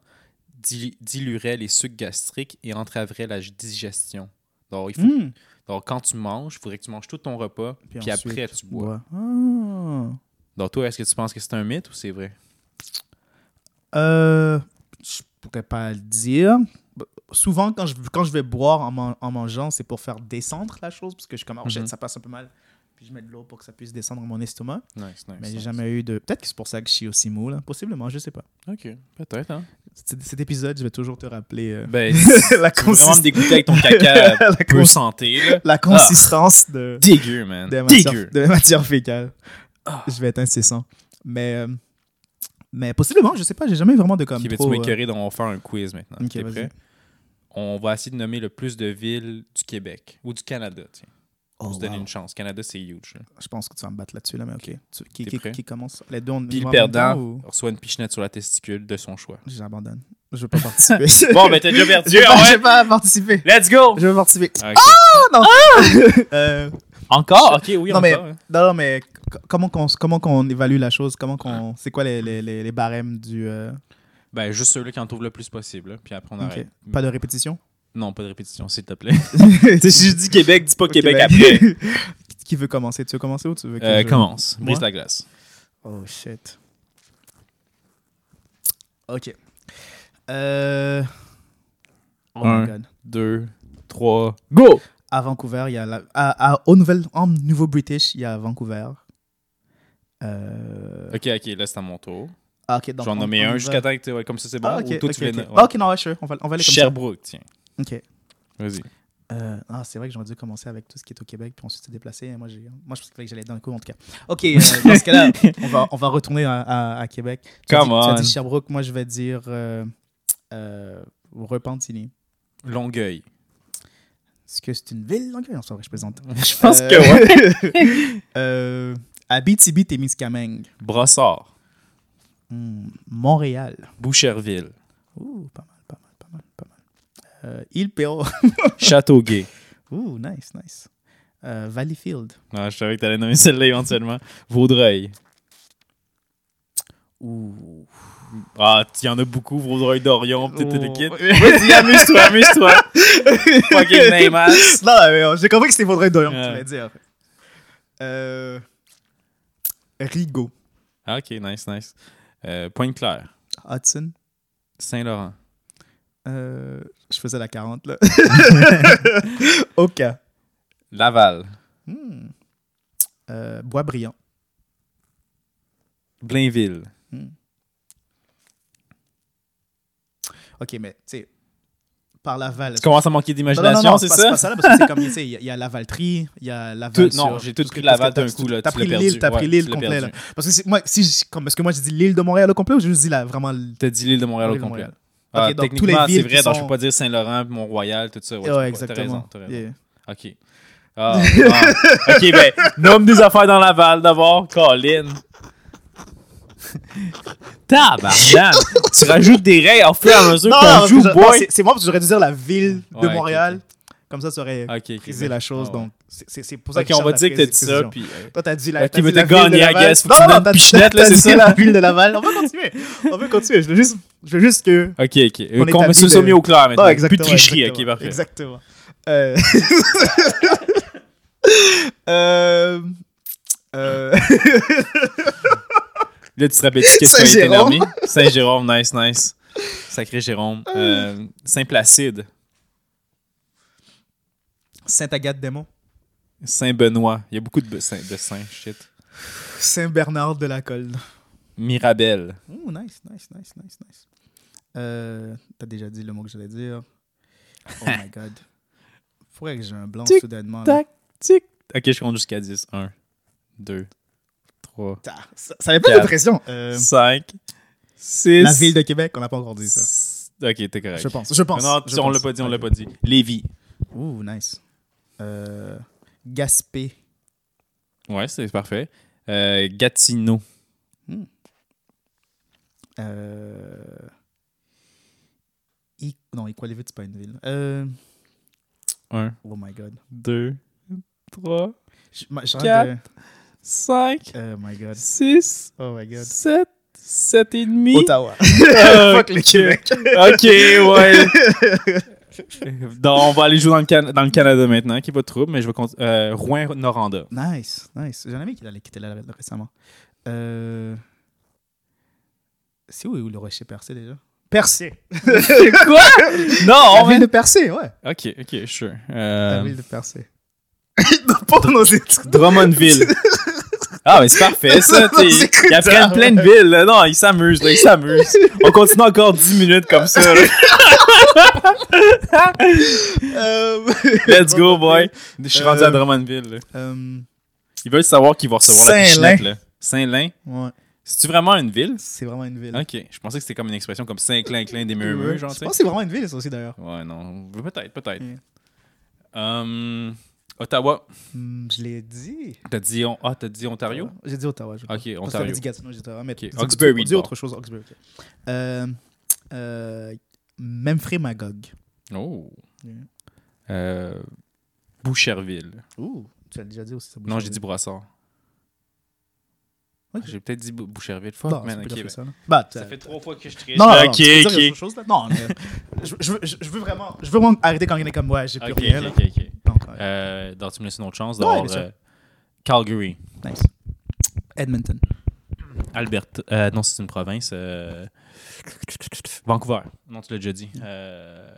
[SPEAKER 1] dil- diluerait les sucs gastriques et entraverait la digestion? Donc, il faut-
[SPEAKER 2] Hmm.
[SPEAKER 1] donc, quand tu manges, il faudrait que tu manges tout ton repas, puis,
[SPEAKER 2] Puis ensuite,
[SPEAKER 1] après tu bois.
[SPEAKER 2] Ouais. Ah.
[SPEAKER 1] Donc toi, est-ce que tu penses que c'est un mythe ou c'est vrai?
[SPEAKER 2] Euh, je pourrais pas le dire. Bah, Souvent, quand je, quand je vais boire en, man- en mangeant, c'est pour faire descendre la chose, parce que je comme, oh shit,
[SPEAKER 1] Mhm.
[SPEAKER 2] ça passe un peu mal. Puis je mets de l'eau pour que ça puisse descendre dans mon estomac.
[SPEAKER 1] Nice, nice.
[SPEAKER 2] Mais j'ai
[SPEAKER 1] nice.
[SPEAKER 2] jamais eu de. Peut-être que c'est pour ça que je suis aussi mou, là. Possiblement, je sais pas.
[SPEAKER 1] Ok, peut-être, hein?
[SPEAKER 2] C'est- Cet épisode, je vais toujours te rappeler euh,
[SPEAKER 1] Ben, tu
[SPEAKER 2] la,
[SPEAKER 1] veux vraiment me
[SPEAKER 2] consist-
[SPEAKER 1] dégoûter avec ton caca
[SPEAKER 2] la,
[SPEAKER 1] peu
[SPEAKER 2] cons-
[SPEAKER 1] santé, là?
[SPEAKER 2] la consistance de,
[SPEAKER 1] Dégueu, man.
[SPEAKER 2] de la
[SPEAKER 1] Dégueu.
[SPEAKER 2] matière, de la matière fécale. Je vais être incessant. Mais, euh, mais possiblement, je sais pas, j'ai jamais eu vraiment de comme.
[SPEAKER 1] Ok, ben, tu
[SPEAKER 2] trop,
[SPEAKER 1] m'as
[SPEAKER 2] euh,
[SPEAKER 1] écœuré, donc on va faire un quiz maintenant.
[SPEAKER 2] Ok,
[SPEAKER 1] T'es
[SPEAKER 2] vas-y.
[SPEAKER 1] prêt? On va essayer de nommer le plus de villes du Québec ou du Canada, tiens.
[SPEAKER 2] oh,
[SPEAKER 1] On se donner
[SPEAKER 2] wow.
[SPEAKER 1] une chance. Canada, c'est huge. là.
[SPEAKER 2] Je pense que tu vas me battre là-dessus, là, mais ok. Tu- qui,
[SPEAKER 1] T'es
[SPEAKER 2] qui-
[SPEAKER 1] prêt?
[SPEAKER 2] qui commence Les deux, on
[SPEAKER 1] Puis le
[SPEAKER 2] on va en même
[SPEAKER 1] perdant
[SPEAKER 2] temps ou-
[SPEAKER 1] reçoit une pichenette sur la testicule de son choix.
[SPEAKER 2] J'abandonne. Je veux pas participer.
[SPEAKER 1] Bon, ben t'as déjà perdu,
[SPEAKER 2] je veux pas,
[SPEAKER 1] ah
[SPEAKER 2] je
[SPEAKER 1] ouais?
[SPEAKER 2] veux pas participer.
[SPEAKER 1] Let's go!
[SPEAKER 2] Je veux participer.
[SPEAKER 1] Ah, ok.
[SPEAKER 2] Euh,
[SPEAKER 1] Encore? Ok, oui,
[SPEAKER 2] non,
[SPEAKER 1] encore.
[SPEAKER 2] mais-
[SPEAKER 1] hein.
[SPEAKER 2] non, non, mais c- comment qu'on comment qu'on évalue la chose Comment qu'on
[SPEAKER 1] Ah.
[SPEAKER 2] C'est quoi les, les, les, les barèmes du euh,
[SPEAKER 1] Ben, juste ceux-là qui en trouvent le plus possible. là, Puis après, on
[SPEAKER 2] ok.
[SPEAKER 1] arrête.
[SPEAKER 2] Pas de répétition
[SPEAKER 1] Non, pas de répétition, s'il te plaît.
[SPEAKER 2] Si
[SPEAKER 1] dis Québec, Euh, dis pas
[SPEAKER 2] ben. Qui veut commencer Tu veux commencer ou tu veux que je-
[SPEAKER 1] Commence. Brise
[SPEAKER 2] Moi?
[SPEAKER 1] la glace.
[SPEAKER 2] Oh shit. Ok. Euh... Oh
[SPEAKER 1] Un.
[SPEAKER 2] my god.
[SPEAKER 1] Deux, trois, go!
[SPEAKER 2] à Vancouver, il y a la- à, à- au Nouvel, en Nouveau British, il y a Vancouver. Euh,
[SPEAKER 1] Ok, ok, là, c'est à mon tour.
[SPEAKER 2] ah, ok,
[SPEAKER 1] Je
[SPEAKER 2] donc
[SPEAKER 1] vais en
[SPEAKER 2] on-
[SPEAKER 1] nommer
[SPEAKER 2] on y
[SPEAKER 1] un
[SPEAKER 2] va.
[SPEAKER 1] jusqu'à temps que tu- ouais, comme ça, c'est bon.
[SPEAKER 2] Ah,
[SPEAKER 1] Ou
[SPEAKER 2] ok,
[SPEAKER 1] toi,
[SPEAKER 2] ok,
[SPEAKER 1] tu les
[SPEAKER 2] ok.
[SPEAKER 1] no-
[SPEAKER 2] Ah,
[SPEAKER 1] ouais.
[SPEAKER 2] ok, non, ouais, sure, on va, on va aller comme
[SPEAKER 1] Sherbrooke, tiens.
[SPEAKER 2] ça. Ok.
[SPEAKER 1] Vas-y.
[SPEAKER 2] Euh, ah, c'est vrai que j'aurais dû commencer avec tout ce qui est au Québec, puis ensuite se déplacer. Moi, j'ai- moi, je pensais que j'allais d'un coup, en tout cas. Ok, euh, dans ce cas-là, on va, on va retourner à, à- à Québec. Tu as dit-
[SPEAKER 1] Come
[SPEAKER 2] Tu as
[SPEAKER 1] on.
[SPEAKER 2] dit Sherbrooke, moi, je vais dire euh, euh, Repentigny.
[SPEAKER 1] Longueuil.
[SPEAKER 2] Est-ce que c'est une ville? Non, non, c'est vrai, je présente.
[SPEAKER 1] Je
[SPEAKER 2] ouais. euh, Abitibi-Témiscamingue.
[SPEAKER 1] Brossard.
[SPEAKER 2] Hmm, Montréal.
[SPEAKER 1] Boucherville.
[SPEAKER 2] Ouh, pas mal, pas mal, pas mal, pas mal. Euh, Île Péo.
[SPEAKER 1] Châteauguay.
[SPEAKER 2] Ouh, nice, nice. Euh, Valleyfield.
[SPEAKER 1] Ah, je savais que t'allais nommer celle-là éventuellement. Vaudreuil.
[SPEAKER 2] Ouh.
[SPEAKER 1] Ah, il y en a beaucoup. Vaudreuil d'Orion, peut-être
[SPEAKER 2] Oh.
[SPEAKER 1] le kit. Vas-y, amuse-toi, amuse-toi. Fucking name ass.
[SPEAKER 2] Non, mais euh, j'ai compris que c'était Vaudreuil d'Orion que
[SPEAKER 1] Ouais.
[SPEAKER 2] tu voulais dire. Euh, Rigaud.
[SPEAKER 1] Ah, ok, nice, nice. Euh, Pointe-Claire.
[SPEAKER 2] Hudson.
[SPEAKER 1] Saint-Laurent.
[SPEAKER 2] Euh, je faisais la 40, là. Oka.
[SPEAKER 1] Laval.
[SPEAKER 2] Hmm. Euh, Boisbriand.
[SPEAKER 1] Blainville.
[SPEAKER 2] Ok, mais tu sais, par Laval.
[SPEAKER 1] Tu commences à manquer
[SPEAKER 2] Non, non,
[SPEAKER 1] d'imagination,
[SPEAKER 2] non,
[SPEAKER 1] c'est
[SPEAKER 2] pas-
[SPEAKER 1] ça?
[SPEAKER 2] pas ça là, parce que c'est comme, tu sais, il y a- il y a Lavaltrie, il y a Laval.
[SPEAKER 1] Tout- non,
[SPEAKER 2] sur-
[SPEAKER 1] j'ai tout
[SPEAKER 2] parce que-
[SPEAKER 1] pris Laval
[SPEAKER 2] parce que
[SPEAKER 1] d'un coup, là,
[SPEAKER 2] T'as
[SPEAKER 1] tu
[SPEAKER 2] pris
[SPEAKER 1] l'as perdu.
[SPEAKER 2] l'île, t'as
[SPEAKER 1] Ouais,
[SPEAKER 2] pris l'île
[SPEAKER 1] tu l'as
[SPEAKER 2] complet, là.
[SPEAKER 1] perdu.
[SPEAKER 2] Parce que c'est- moi, si je- comme, parce que moi, j'ai dit l'île de Montréal au complet ou j'ai juste dit la- vraiment l'île
[SPEAKER 1] T'as dit l'île de Montréal au
[SPEAKER 2] de
[SPEAKER 1] complet.
[SPEAKER 2] Montréal?
[SPEAKER 1] Ah,
[SPEAKER 2] Ok, donc tous les
[SPEAKER 1] techniquement, c'est
[SPEAKER 2] villes
[SPEAKER 1] vrai,
[SPEAKER 2] qui
[SPEAKER 1] donc je
[SPEAKER 2] sont-
[SPEAKER 1] peux pas dire Saint-Laurent, Mont-Royal, tout ça. Ouais,
[SPEAKER 2] Ouais,
[SPEAKER 1] tu peux pas-
[SPEAKER 2] exactement.
[SPEAKER 1] T'as raison, t'as raison.
[SPEAKER 2] Yeah.
[SPEAKER 1] OK. Ah, ah. OK, ben, nomme des affaires dans Laval d'abord, Colin. Tabarnak! tu rajoutes des rails au fur et à mesure
[SPEAKER 2] Non,
[SPEAKER 1] qu'on
[SPEAKER 2] non,
[SPEAKER 1] joue,
[SPEAKER 2] je- non,
[SPEAKER 1] boy!
[SPEAKER 2] c'est- c'est moi parce que j'aurais dû dire la ville de
[SPEAKER 1] Ouais,
[SPEAKER 2] Montréal.
[SPEAKER 1] ok,
[SPEAKER 2] Comme ça, ça aurait
[SPEAKER 1] OK, OK.
[SPEAKER 2] brisé
[SPEAKER 1] ben,
[SPEAKER 2] la chose.
[SPEAKER 1] ah, ouais.
[SPEAKER 2] donc, c'est- c'est c'est pour ça
[SPEAKER 1] OK,
[SPEAKER 2] que je
[SPEAKER 1] on va
[SPEAKER 2] cherche
[SPEAKER 1] dire que t'as
[SPEAKER 2] la
[SPEAKER 1] dit ça,
[SPEAKER 2] précision.
[SPEAKER 1] puis... euh,
[SPEAKER 2] Toi, t'as dit la
[SPEAKER 1] Ok,
[SPEAKER 2] t'as
[SPEAKER 1] mais
[SPEAKER 2] dit la
[SPEAKER 1] t'as
[SPEAKER 2] ville de
[SPEAKER 1] gagné, I
[SPEAKER 2] Laval.
[SPEAKER 1] guess. Faut que
[SPEAKER 2] Non,
[SPEAKER 1] tu me
[SPEAKER 2] non,
[SPEAKER 1] donnes
[SPEAKER 2] t'as-
[SPEAKER 1] pichenette, là,
[SPEAKER 2] t'as
[SPEAKER 1] c'est
[SPEAKER 2] dit
[SPEAKER 1] ça?
[SPEAKER 2] la ville de Laval. On va continuer. On peut continuer. Je veux juste, je veux juste que.
[SPEAKER 1] OK, OK.
[SPEAKER 2] On
[SPEAKER 1] Qu'on met
[SPEAKER 2] établit
[SPEAKER 1] ça ça
[SPEAKER 2] le-
[SPEAKER 1] mis au clair
[SPEAKER 2] Non,
[SPEAKER 1] maintenant. Plus
[SPEAKER 2] exactement.
[SPEAKER 1] de tricherie,
[SPEAKER 2] exactement,
[SPEAKER 1] OK, parfait.
[SPEAKER 2] Exactement. Euh... euh... euh,
[SPEAKER 1] Là, tu te rappelles qu'est-ce qui a été
[SPEAKER 2] Saint-Jérôme.
[SPEAKER 1] nommé? Saint-Jérôme, nice, nice. Sacré Jérôme.
[SPEAKER 2] Ah.
[SPEAKER 1] Euh, Saint-Placide.
[SPEAKER 2] Sainte-Agathe-des-Monts.
[SPEAKER 1] Saint-Benoît. Il y a beaucoup de, be- saint- de saints, shit.
[SPEAKER 2] Saint-Bernard-de-la-Colne.
[SPEAKER 1] Mirabelle.
[SPEAKER 2] Oh, nice, nice, nice, nice, nice. Euh, T'as déjà dit le mot que j'allais dire. Oh my god. Faudrait que j'ai un blanc
[SPEAKER 1] Tic,
[SPEAKER 2] soudainement. là.
[SPEAKER 1] Tac, tic. Ok, je compte jusqu'à 10. 1, 2, 3,
[SPEAKER 2] Ta- Ah, Ça, ça avait pas
[SPEAKER 1] Quatre.
[SPEAKER 2] de pression. Euh,
[SPEAKER 1] 5, 6.
[SPEAKER 2] la ville de Québec, on n'a pas encore dit ça.
[SPEAKER 1] Ok, t'es correct.
[SPEAKER 2] Je pense, je pense.
[SPEAKER 1] Non,
[SPEAKER 2] je
[SPEAKER 1] on
[SPEAKER 2] pense.
[SPEAKER 1] l'a pas dit, on l'a
[SPEAKER 2] Ok.
[SPEAKER 1] pas dit. Lévis.
[SPEAKER 2] Ouh, nice. Euh, Gaspé.
[SPEAKER 1] Ouais, c'est parfait. Euh, Gatineau.
[SPEAKER 2] Euh... I- Non, Iqaluit, c'est pas une ville. Euh,
[SPEAKER 1] 1,
[SPEAKER 2] Oh my god.
[SPEAKER 1] 2, 3,
[SPEAKER 2] Je- ma- j'arrête
[SPEAKER 1] Quatre. 5,
[SPEAKER 2] de- Oh my god.
[SPEAKER 1] 6,
[SPEAKER 2] Oh my god.
[SPEAKER 1] 7, 7 et demi.
[SPEAKER 2] Ottawa. Fuck le
[SPEAKER 1] Ok.
[SPEAKER 2] Québec.
[SPEAKER 1] Ok, ouais. Donc, on va aller jouer dans le, Can- dans le Canada maintenant, qui est pas de trouble, mais je vais continuer. Euh, Rouen-Noranda.
[SPEAKER 2] Nice, nice. J'en avais qui allait quitter là récemment. Euh... C'est où, où le rocher percé déjà Percé
[SPEAKER 1] Quoi?
[SPEAKER 2] La
[SPEAKER 1] Non,
[SPEAKER 2] ville de Percé, ouais.
[SPEAKER 1] Ok, ok, sure.
[SPEAKER 2] La
[SPEAKER 1] Euh,
[SPEAKER 2] ville de Percé. Pas pour nos études.
[SPEAKER 1] Drummondville. Ah, mais c'est parfait, ça.
[SPEAKER 2] Non,
[SPEAKER 1] t'sais,
[SPEAKER 2] c'est
[SPEAKER 1] Ils apprennent
[SPEAKER 2] tard,
[SPEAKER 1] plein de villes. là. Non, ils s'amusent, là, ils s'amusent. On continue encore 10 minutes comme ça. là.
[SPEAKER 2] Euh,
[SPEAKER 1] Let's go, boy. Je suis rendu à
[SPEAKER 2] Euh,
[SPEAKER 1] Drummondville. là.
[SPEAKER 2] euh,
[SPEAKER 1] Ils veulent savoir qui va recevoir la
[SPEAKER 2] Saint-Lin.
[SPEAKER 1] pichenette, là. Saint-Lin.
[SPEAKER 2] ouais,
[SPEAKER 1] C'est-tu vraiment une ville?
[SPEAKER 2] c'est vraiment une ville.
[SPEAKER 1] Ok, je pensais que c'était comme une expression comme Saint-Clin-Clin des
[SPEAKER 2] Ouais.
[SPEAKER 1] murmures, genre,
[SPEAKER 2] Je
[SPEAKER 1] tu sais.
[SPEAKER 2] pense que c'est vraiment une ville, ça aussi, d'ailleurs.
[SPEAKER 1] Ouais, non. Peut-être, peut-être.
[SPEAKER 2] Ouais.
[SPEAKER 1] Hum, Ottawa.
[SPEAKER 2] Hmm, je l'ai dit.
[SPEAKER 1] T'as dit, on... ah, t'as dit Ontario?
[SPEAKER 2] J'ai dit Ottawa. Je crois.
[SPEAKER 1] Ok,
[SPEAKER 2] Parce que t'avais
[SPEAKER 1] Ontario.
[SPEAKER 2] dit Gatineau, j'ai dit Ottawa. Mais
[SPEAKER 1] Ok,
[SPEAKER 2] dis-
[SPEAKER 1] Oxbury,
[SPEAKER 2] dis- Dis
[SPEAKER 1] d'abord.
[SPEAKER 2] autre chose, Oxbury. ok. Euh, euh, Memphrey Magog.
[SPEAKER 1] Oh.
[SPEAKER 2] Ouais.
[SPEAKER 1] Euh, Boucherville.
[SPEAKER 2] Ouh, tu l'as déjà dit aussi. ça bouge
[SPEAKER 1] Non,
[SPEAKER 2] pas.
[SPEAKER 1] j'ai dit Brassard.
[SPEAKER 2] Ok.
[SPEAKER 1] J'ai peut-être dit Bou- Boucherville. Fuck,
[SPEAKER 2] Non,
[SPEAKER 1] man,
[SPEAKER 2] c'est
[SPEAKER 1] ok,
[SPEAKER 2] pas tout à fait
[SPEAKER 1] ben.
[SPEAKER 2] ça. là. Bah,
[SPEAKER 1] Ça fait trois fois que je triche.
[SPEAKER 2] Non, non, non,
[SPEAKER 1] ok,
[SPEAKER 2] tu veux dire
[SPEAKER 1] ok.
[SPEAKER 2] autre chose, là? Non, mais- je, je veux- je- je veux vraiment, je veux vraiment arrêter quand il est comme ouais, j'ai plus
[SPEAKER 1] Ok,
[SPEAKER 2] rien. là.
[SPEAKER 1] ok, ok.
[SPEAKER 2] Donc, ouais,
[SPEAKER 1] Euh, donc, tu me laisses une autre chance
[SPEAKER 2] Ouais,
[SPEAKER 1] d'avoir
[SPEAKER 2] bien sûr.
[SPEAKER 1] euh, Calgary.
[SPEAKER 2] nice. Edmonton.
[SPEAKER 1] Alberta. euh, non, c'est une province. euh, Vancouver. Non, tu l'as déjà dit. Euh,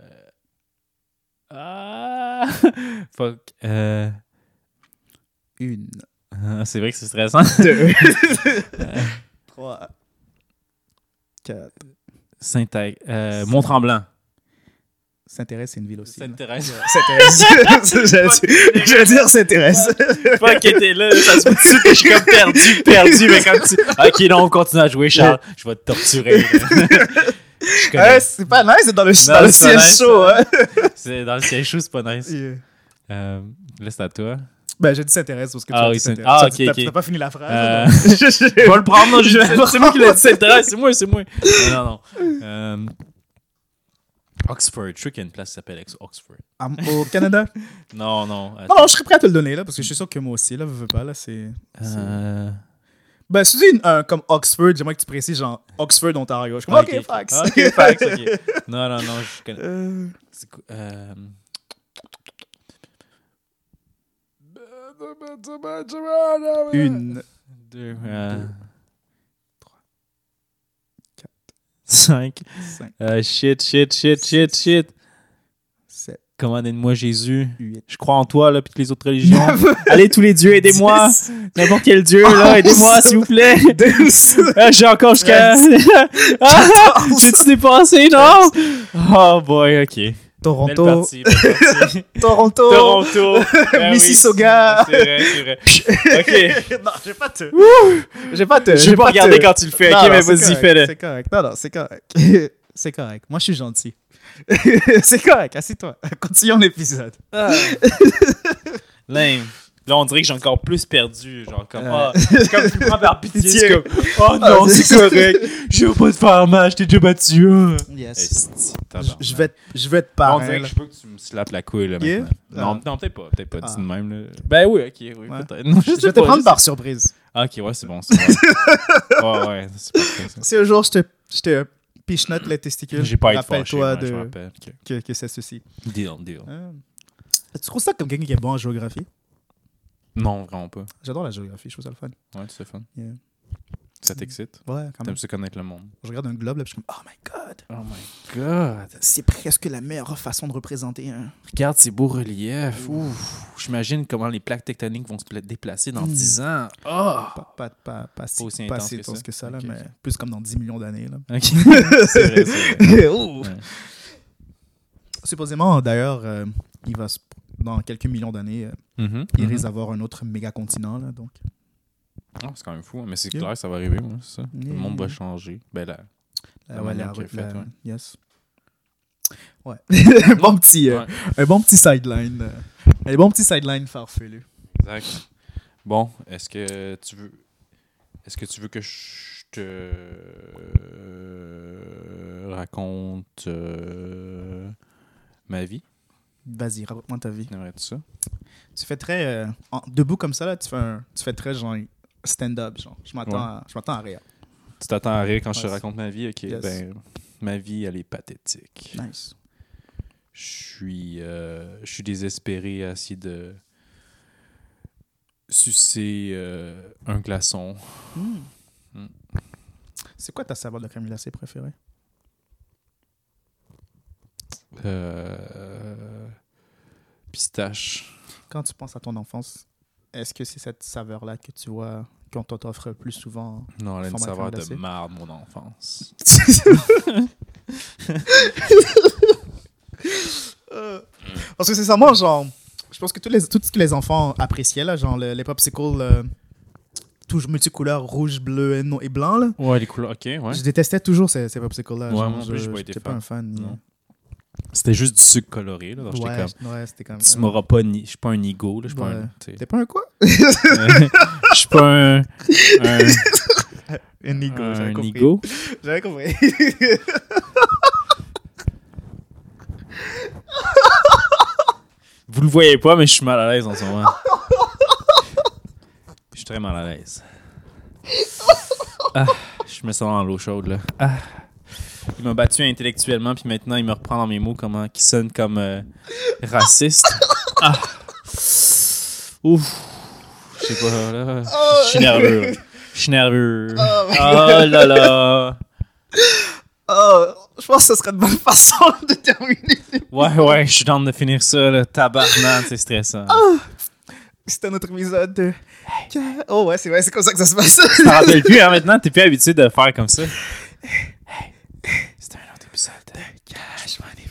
[SPEAKER 1] Ah... Fuck. Euh,
[SPEAKER 2] Une,
[SPEAKER 1] ah, C'est vrai que c'est stressant.
[SPEAKER 2] deux, Euh, trois, quatre.
[SPEAKER 1] saint euh, Mont-Tremblant.
[SPEAKER 2] Saint-Thérèse, c'est une ville aussi. là.
[SPEAKER 1] Sainte-Thérèse.
[SPEAKER 2] Saint-Thérèse. je, je veux dire Saint-Thérèse.
[SPEAKER 1] Fuck, était là, ça se voit que je suis comme perdu, perdu, mais comme tu. Ok, non, on continue à jouer, Charles. Je vais te torturer. là. Je connais.
[SPEAKER 2] Ouais, c'est pas nice d'être dans le,
[SPEAKER 1] Non,
[SPEAKER 2] dans
[SPEAKER 1] c'est pas
[SPEAKER 2] le siège
[SPEAKER 1] nice,
[SPEAKER 2] chaud.
[SPEAKER 1] ça.
[SPEAKER 2] Hein.
[SPEAKER 1] C'est dans le siège chaud, c'est pas nice. Euh, là, c'est à toi.
[SPEAKER 2] Ben, j'ai dit Saint-Thérèse parce que
[SPEAKER 1] Ah
[SPEAKER 2] tu as
[SPEAKER 1] oui,
[SPEAKER 2] dit
[SPEAKER 1] Saint-
[SPEAKER 2] Saint-Thérèse.
[SPEAKER 1] ah,
[SPEAKER 2] T'as-
[SPEAKER 1] ok,
[SPEAKER 2] t'as-
[SPEAKER 1] ok.
[SPEAKER 2] T'as pas fini la phrase.
[SPEAKER 1] Euh,
[SPEAKER 2] donc.
[SPEAKER 1] Je vais le prendre, non, j'ai-
[SPEAKER 2] Je vais le
[SPEAKER 1] c'est moi qui l'ai dit, c'est vrai, c'est moi, c'est moi. Non, non, non. Euh, Oxford, je sais qu'il y a une place qui s'appelle Ex- Oxford.
[SPEAKER 2] Am- Au Canada?
[SPEAKER 1] Non, non. attends.
[SPEAKER 2] Non, non, je serais prêt à te le donner, là, parce que je suis sûr que moi aussi, là, vous veux pas, là, c'est... c'est-
[SPEAKER 1] Euh,
[SPEAKER 2] Ben, si tu dis une- un comme Oxford, j'aimerais que tu précises, genre, Oxford, Ontario. Je suis comme,
[SPEAKER 1] ok, Ah,
[SPEAKER 2] OK, fax.
[SPEAKER 1] Ok, fax, ok. Non, non, non, je connais.
[SPEAKER 2] Euh,
[SPEAKER 1] C'est quoi- euh,
[SPEAKER 2] une,
[SPEAKER 1] Deux. euh,
[SPEAKER 2] Deux.
[SPEAKER 1] Trois.
[SPEAKER 2] Quatre.
[SPEAKER 1] Cinq.
[SPEAKER 2] cinq,
[SPEAKER 1] Euh, shit, shit, shit, shit, shit.
[SPEAKER 2] sept,
[SPEAKER 1] Commandez-moi Jésus.
[SPEAKER 2] huit,
[SPEAKER 1] Je crois en toi, là, puis toutes les autres religions. Allez, tous les dieux, aidez-moi.
[SPEAKER 2] dix, Oh,
[SPEAKER 1] N'importe quel dieu, là, aidez-moi, s'il vous plaît.
[SPEAKER 2] douze,
[SPEAKER 1] Ah, J'ai encore jusqu'à. Ah,
[SPEAKER 2] quatorze.
[SPEAKER 1] J'ai-tu dépassé, non? Oh boy, ok.
[SPEAKER 2] Toronto.
[SPEAKER 1] Belle partie, belle partie.
[SPEAKER 2] Toronto.
[SPEAKER 1] Toronto. Ah oui,
[SPEAKER 2] Mississauga.
[SPEAKER 1] C'est vrai, c'est vrai. Ok.
[SPEAKER 2] non, j'ai pas te. J'ai pas te.
[SPEAKER 1] Je vais pas regarder quand tu le fais.
[SPEAKER 2] Non,
[SPEAKER 1] ok,
[SPEAKER 2] non,
[SPEAKER 1] mais
[SPEAKER 2] c'est
[SPEAKER 1] vas-y,
[SPEAKER 2] correct,
[SPEAKER 1] fais-le.
[SPEAKER 2] C'est correct. Non, non, c'est correct. c'est correct. Moi, je suis gentil. c'est correct. Assieds-toi. Continuons l'épisode.
[SPEAKER 1] Lame. Là, on dirait que j'ai encore plus perdu. Genre, comme,
[SPEAKER 2] Ouais.
[SPEAKER 1] ah, c'est comme tu me prends par pitié.
[SPEAKER 2] Pitié.
[SPEAKER 1] c'est comme, oh
[SPEAKER 2] Ah,
[SPEAKER 1] non,
[SPEAKER 2] c'est-
[SPEAKER 1] c'est correct. Je veux pas te faire mal, je t'ai déjà battu. hein.
[SPEAKER 2] Yes.
[SPEAKER 1] Esti,
[SPEAKER 2] Je-
[SPEAKER 1] tabarnak.
[SPEAKER 2] Je vais, être- je vais te
[SPEAKER 1] On
[SPEAKER 2] parrain.
[SPEAKER 1] dirait que
[SPEAKER 2] là.
[SPEAKER 1] je peux que tu me slappes la couille, là,
[SPEAKER 2] Yeah.
[SPEAKER 1] maintenant.
[SPEAKER 2] Ah.
[SPEAKER 1] Non, non peut-être pas. Peut-être pas dit
[SPEAKER 2] Ah.
[SPEAKER 1] de même, là. Ben oui, ok, oui,
[SPEAKER 2] Ouais.
[SPEAKER 1] peut-être. Non,
[SPEAKER 2] Je,
[SPEAKER 1] je sais
[SPEAKER 2] vais te
[SPEAKER 1] pas,
[SPEAKER 2] prendre
[SPEAKER 1] je
[SPEAKER 2] par surprise.
[SPEAKER 1] Ah, ok, ouais, c'est bon. C'est bon. ouais, ouais, c'est parfait, ça.
[SPEAKER 2] Si un jour je te, je te pichenote les testicules,
[SPEAKER 1] J'ai pas été fâché.
[SPEAKER 2] rappelle-toi
[SPEAKER 1] ouais, je me
[SPEAKER 2] de...
[SPEAKER 1] rappelle. Ok.
[SPEAKER 2] que, que c'est ceci.
[SPEAKER 1] Deal, deal.
[SPEAKER 2] Euh, Tu trouves ça comme quelqu'un qui est bon en géographie?
[SPEAKER 1] Non, vraiment pas.
[SPEAKER 2] J'adore la géographie, je trouve ça le fun.
[SPEAKER 1] Ouais, c'est fun.
[SPEAKER 2] Yeah.
[SPEAKER 1] Ça t'excite.
[SPEAKER 2] Ouais, quand même.
[SPEAKER 1] T'aimes ça connaître le monde.
[SPEAKER 2] Je regarde un globe, là, puis je suis comme « Oh my God!
[SPEAKER 1] Oh my god. »
[SPEAKER 2] C'est presque la meilleure façon de représenter un...
[SPEAKER 1] Regarde ces beaux reliefs. Ouf. J'imagine comment les plaques tectoniques vont se pla- déplacer dans
[SPEAKER 2] Mm.
[SPEAKER 1] 10 ans. Oh!
[SPEAKER 2] Pas, pas, pas, pas, si,
[SPEAKER 1] aussi
[SPEAKER 2] pas
[SPEAKER 1] intense
[SPEAKER 2] si
[SPEAKER 1] que
[SPEAKER 2] intense
[SPEAKER 1] ça.
[SPEAKER 2] que ça, là,
[SPEAKER 1] Ok,
[SPEAKER 2] mais
[SPEAKER 1] ok.
[SPEAKER 2] plus comme dans 10 millions d'années. là.
[SPEAKER 1] Ok. c'est vrai, c'est vrai.
[SPEAKER 2] Ouh.
[SPEAKER 1] Ouais.
[SPEAKER 2] Supposément, d'ailleurs, euh, il va se- dans quelques millions d'années, euh,
[SPEAKER 1] Mhm.
[SPEAKER 2] il
[SPEAKER 1] Mhm.
[SPEAKER 2] risque d'avoir un autre méga continent. Là, donc.
[SPEAKER 1] Ah, c'est quand même fou, hein. mais c'est
[SPEAKER 2] Yeah.
[SPEAKER 1] clair que ça va arriver, ouais, c'est ça.
[SPEAKER 2] Yeah,
[SPEAKER 1] Le monde va
[SPEAKER 2] yeah.
[SPEAKER 1] changer. Ben là.
[SPEAKER 2] La-
[SPEAKER 1] La
[SPEAKER 2] ouais,
[SPEAKER 1] manière
[SPEAKER 2] la-
[SPEAKER 1] qu'il est
[SPEAKER 2] la-
[SPEAKER 1] faite, ouais.
[SPEAKER 2] Yes. Ouais. un, bon petit, euh,
[SPEAKER 1] Ouais.
[SPEAKER 2] un bon petit sideline. euh, un bon petit sideline farfelu.
[SPEAKER 1] Exact. Bon, est-ce que tu veux. Est-ce que tu veux que je te euh, raconte euh, ma vie?
[SPEAKER 2] Vas-y, raconte-moi ta vie.
[SPEAKER 1] Aimerais-tu ça?
[SPEAKER 2] Tu fais très. euh, en- debout comme ça, là, tu fais, un- tu fais très genre stand-up. Genre. Je
[SPEAKER 1] Ouais.
[SPEAKER 2] m'attends à, je m'attends à rire.
[SPEAKER 1] Tu t'attends à rire quand je te
[SPEAKER 2] Ouais.
[SPEAKER 1] raconte ma vie? Ok,
[SPEAKER 2] Yes.
[SPEAKER 1] ben, ma vie, elle est pathétique.
[SPEAKER 2] Nice.
[SPEAKER 1] Je suis, euh, je suis désespéré à essayer de sucer euh, un glaçon.
[SPEAKER 2] Hmm.
[SPEAKER 1] Hmm.
[SPEAKER 2] C'est quoi ta saveur de crème glacée préférée?
[SPEAKER 1] Euh, pistache.
[SPEAKER 2] Quand tu penses à ton enfance, est-ce que c'est cette saveur-là que tu vois, qu'on t'en t'offre plus souvent?
[SPEAKER 1] Non, elle a une
[SPEAKER 2] Format
[SPEAKER 1] saveur
[SPEAKER 2] crème
[SPEAKER 1] de
[SPEAKER 2] glacée.
[SPEAKER 1] marde, mon enfance.
[SPEAKER 2] Euh, Parce que sincèrement, genre, je pense que tous les, tout ce que les enfants appréciaient, là, genre le- les popsicles, euh, toujours multicouleurs, rouge, bleu et, no- et blanc, là.
[SPEAKER 1] Ouais, les couleurs, ok, ouais.
[SPEAKER 2] Je détestais toujours ces, ces popsicles-là.
[SPEAKER 1] Ouais,
[SPEAKER 2] genre,
[SPEAKER 1] moi non plus,
[SPEAKER 2] je
[SPEAKER 1] j'ai pas
[SPEAKER 2] j'étais
[SPEAKER 1] été
[SPEAKER 2] pas
[SPEAKER 1] fan.
[SPEAKER 2] un fan.
[SPEAKER 1] Non. C'était juste du sucre coloré, là. donc j'étais
[SPEAKER 2] ouais,
[SPEAKER 1] comme,
[SPEAKER 2] ouais, c'était comme.
[SPEAKER 1] tu m'auras pas, ni- je suis pas un ego, là, je suis pas
[SPEAKER 2] Ouais.
[SPEAKER 1] un, tu sais.
[SPEAKER 2] T'es pas un quoi?
[SPEAKER 1] Euh, Je suis pas un, un,
[SPEAKER 2] Un ego, j'avais
[SPEAKER 1] un
[SPEAKER 2] compris.
[SPEAKER 1] ego.
[SPEAKER 2] J'avais compris.
[SPEAKER 1] Vous le voyez pas, mais je suis mal à l'aise en ce moment. Je suis très mal à l'aise. Ah, je me sens dans l'eau chaude, là. Ah. Il m'a battu intellectuellement, puis maintenant il me reprend dans mes mots comment, qui sonnent comme euh, raciste. Ah. Ouf. Je sais pas, là. Je suis nerveux. là. Je suis nerveux.
[SPEAKER 2] Oh my
[SPEAKER 1] Oh là là.
[SPEAKER 2] Oh, je pense que ce serait une bonne façon de terminer.
[SPEAKER 1] Ouais, ouais, je suis dans de finir ça, là. Tabarnak, c'est stressant.
[SPEAKER 2] C'était notre épisode de. Oh ouais, c'est vrai, c'est comme ça que ça se passe.
[SPEAKER 1] t'en rappelles plus, hein, maintenant, t'es plus habitué de faire comme ça. Hey, hey, c'était un autre épisode de Cash Money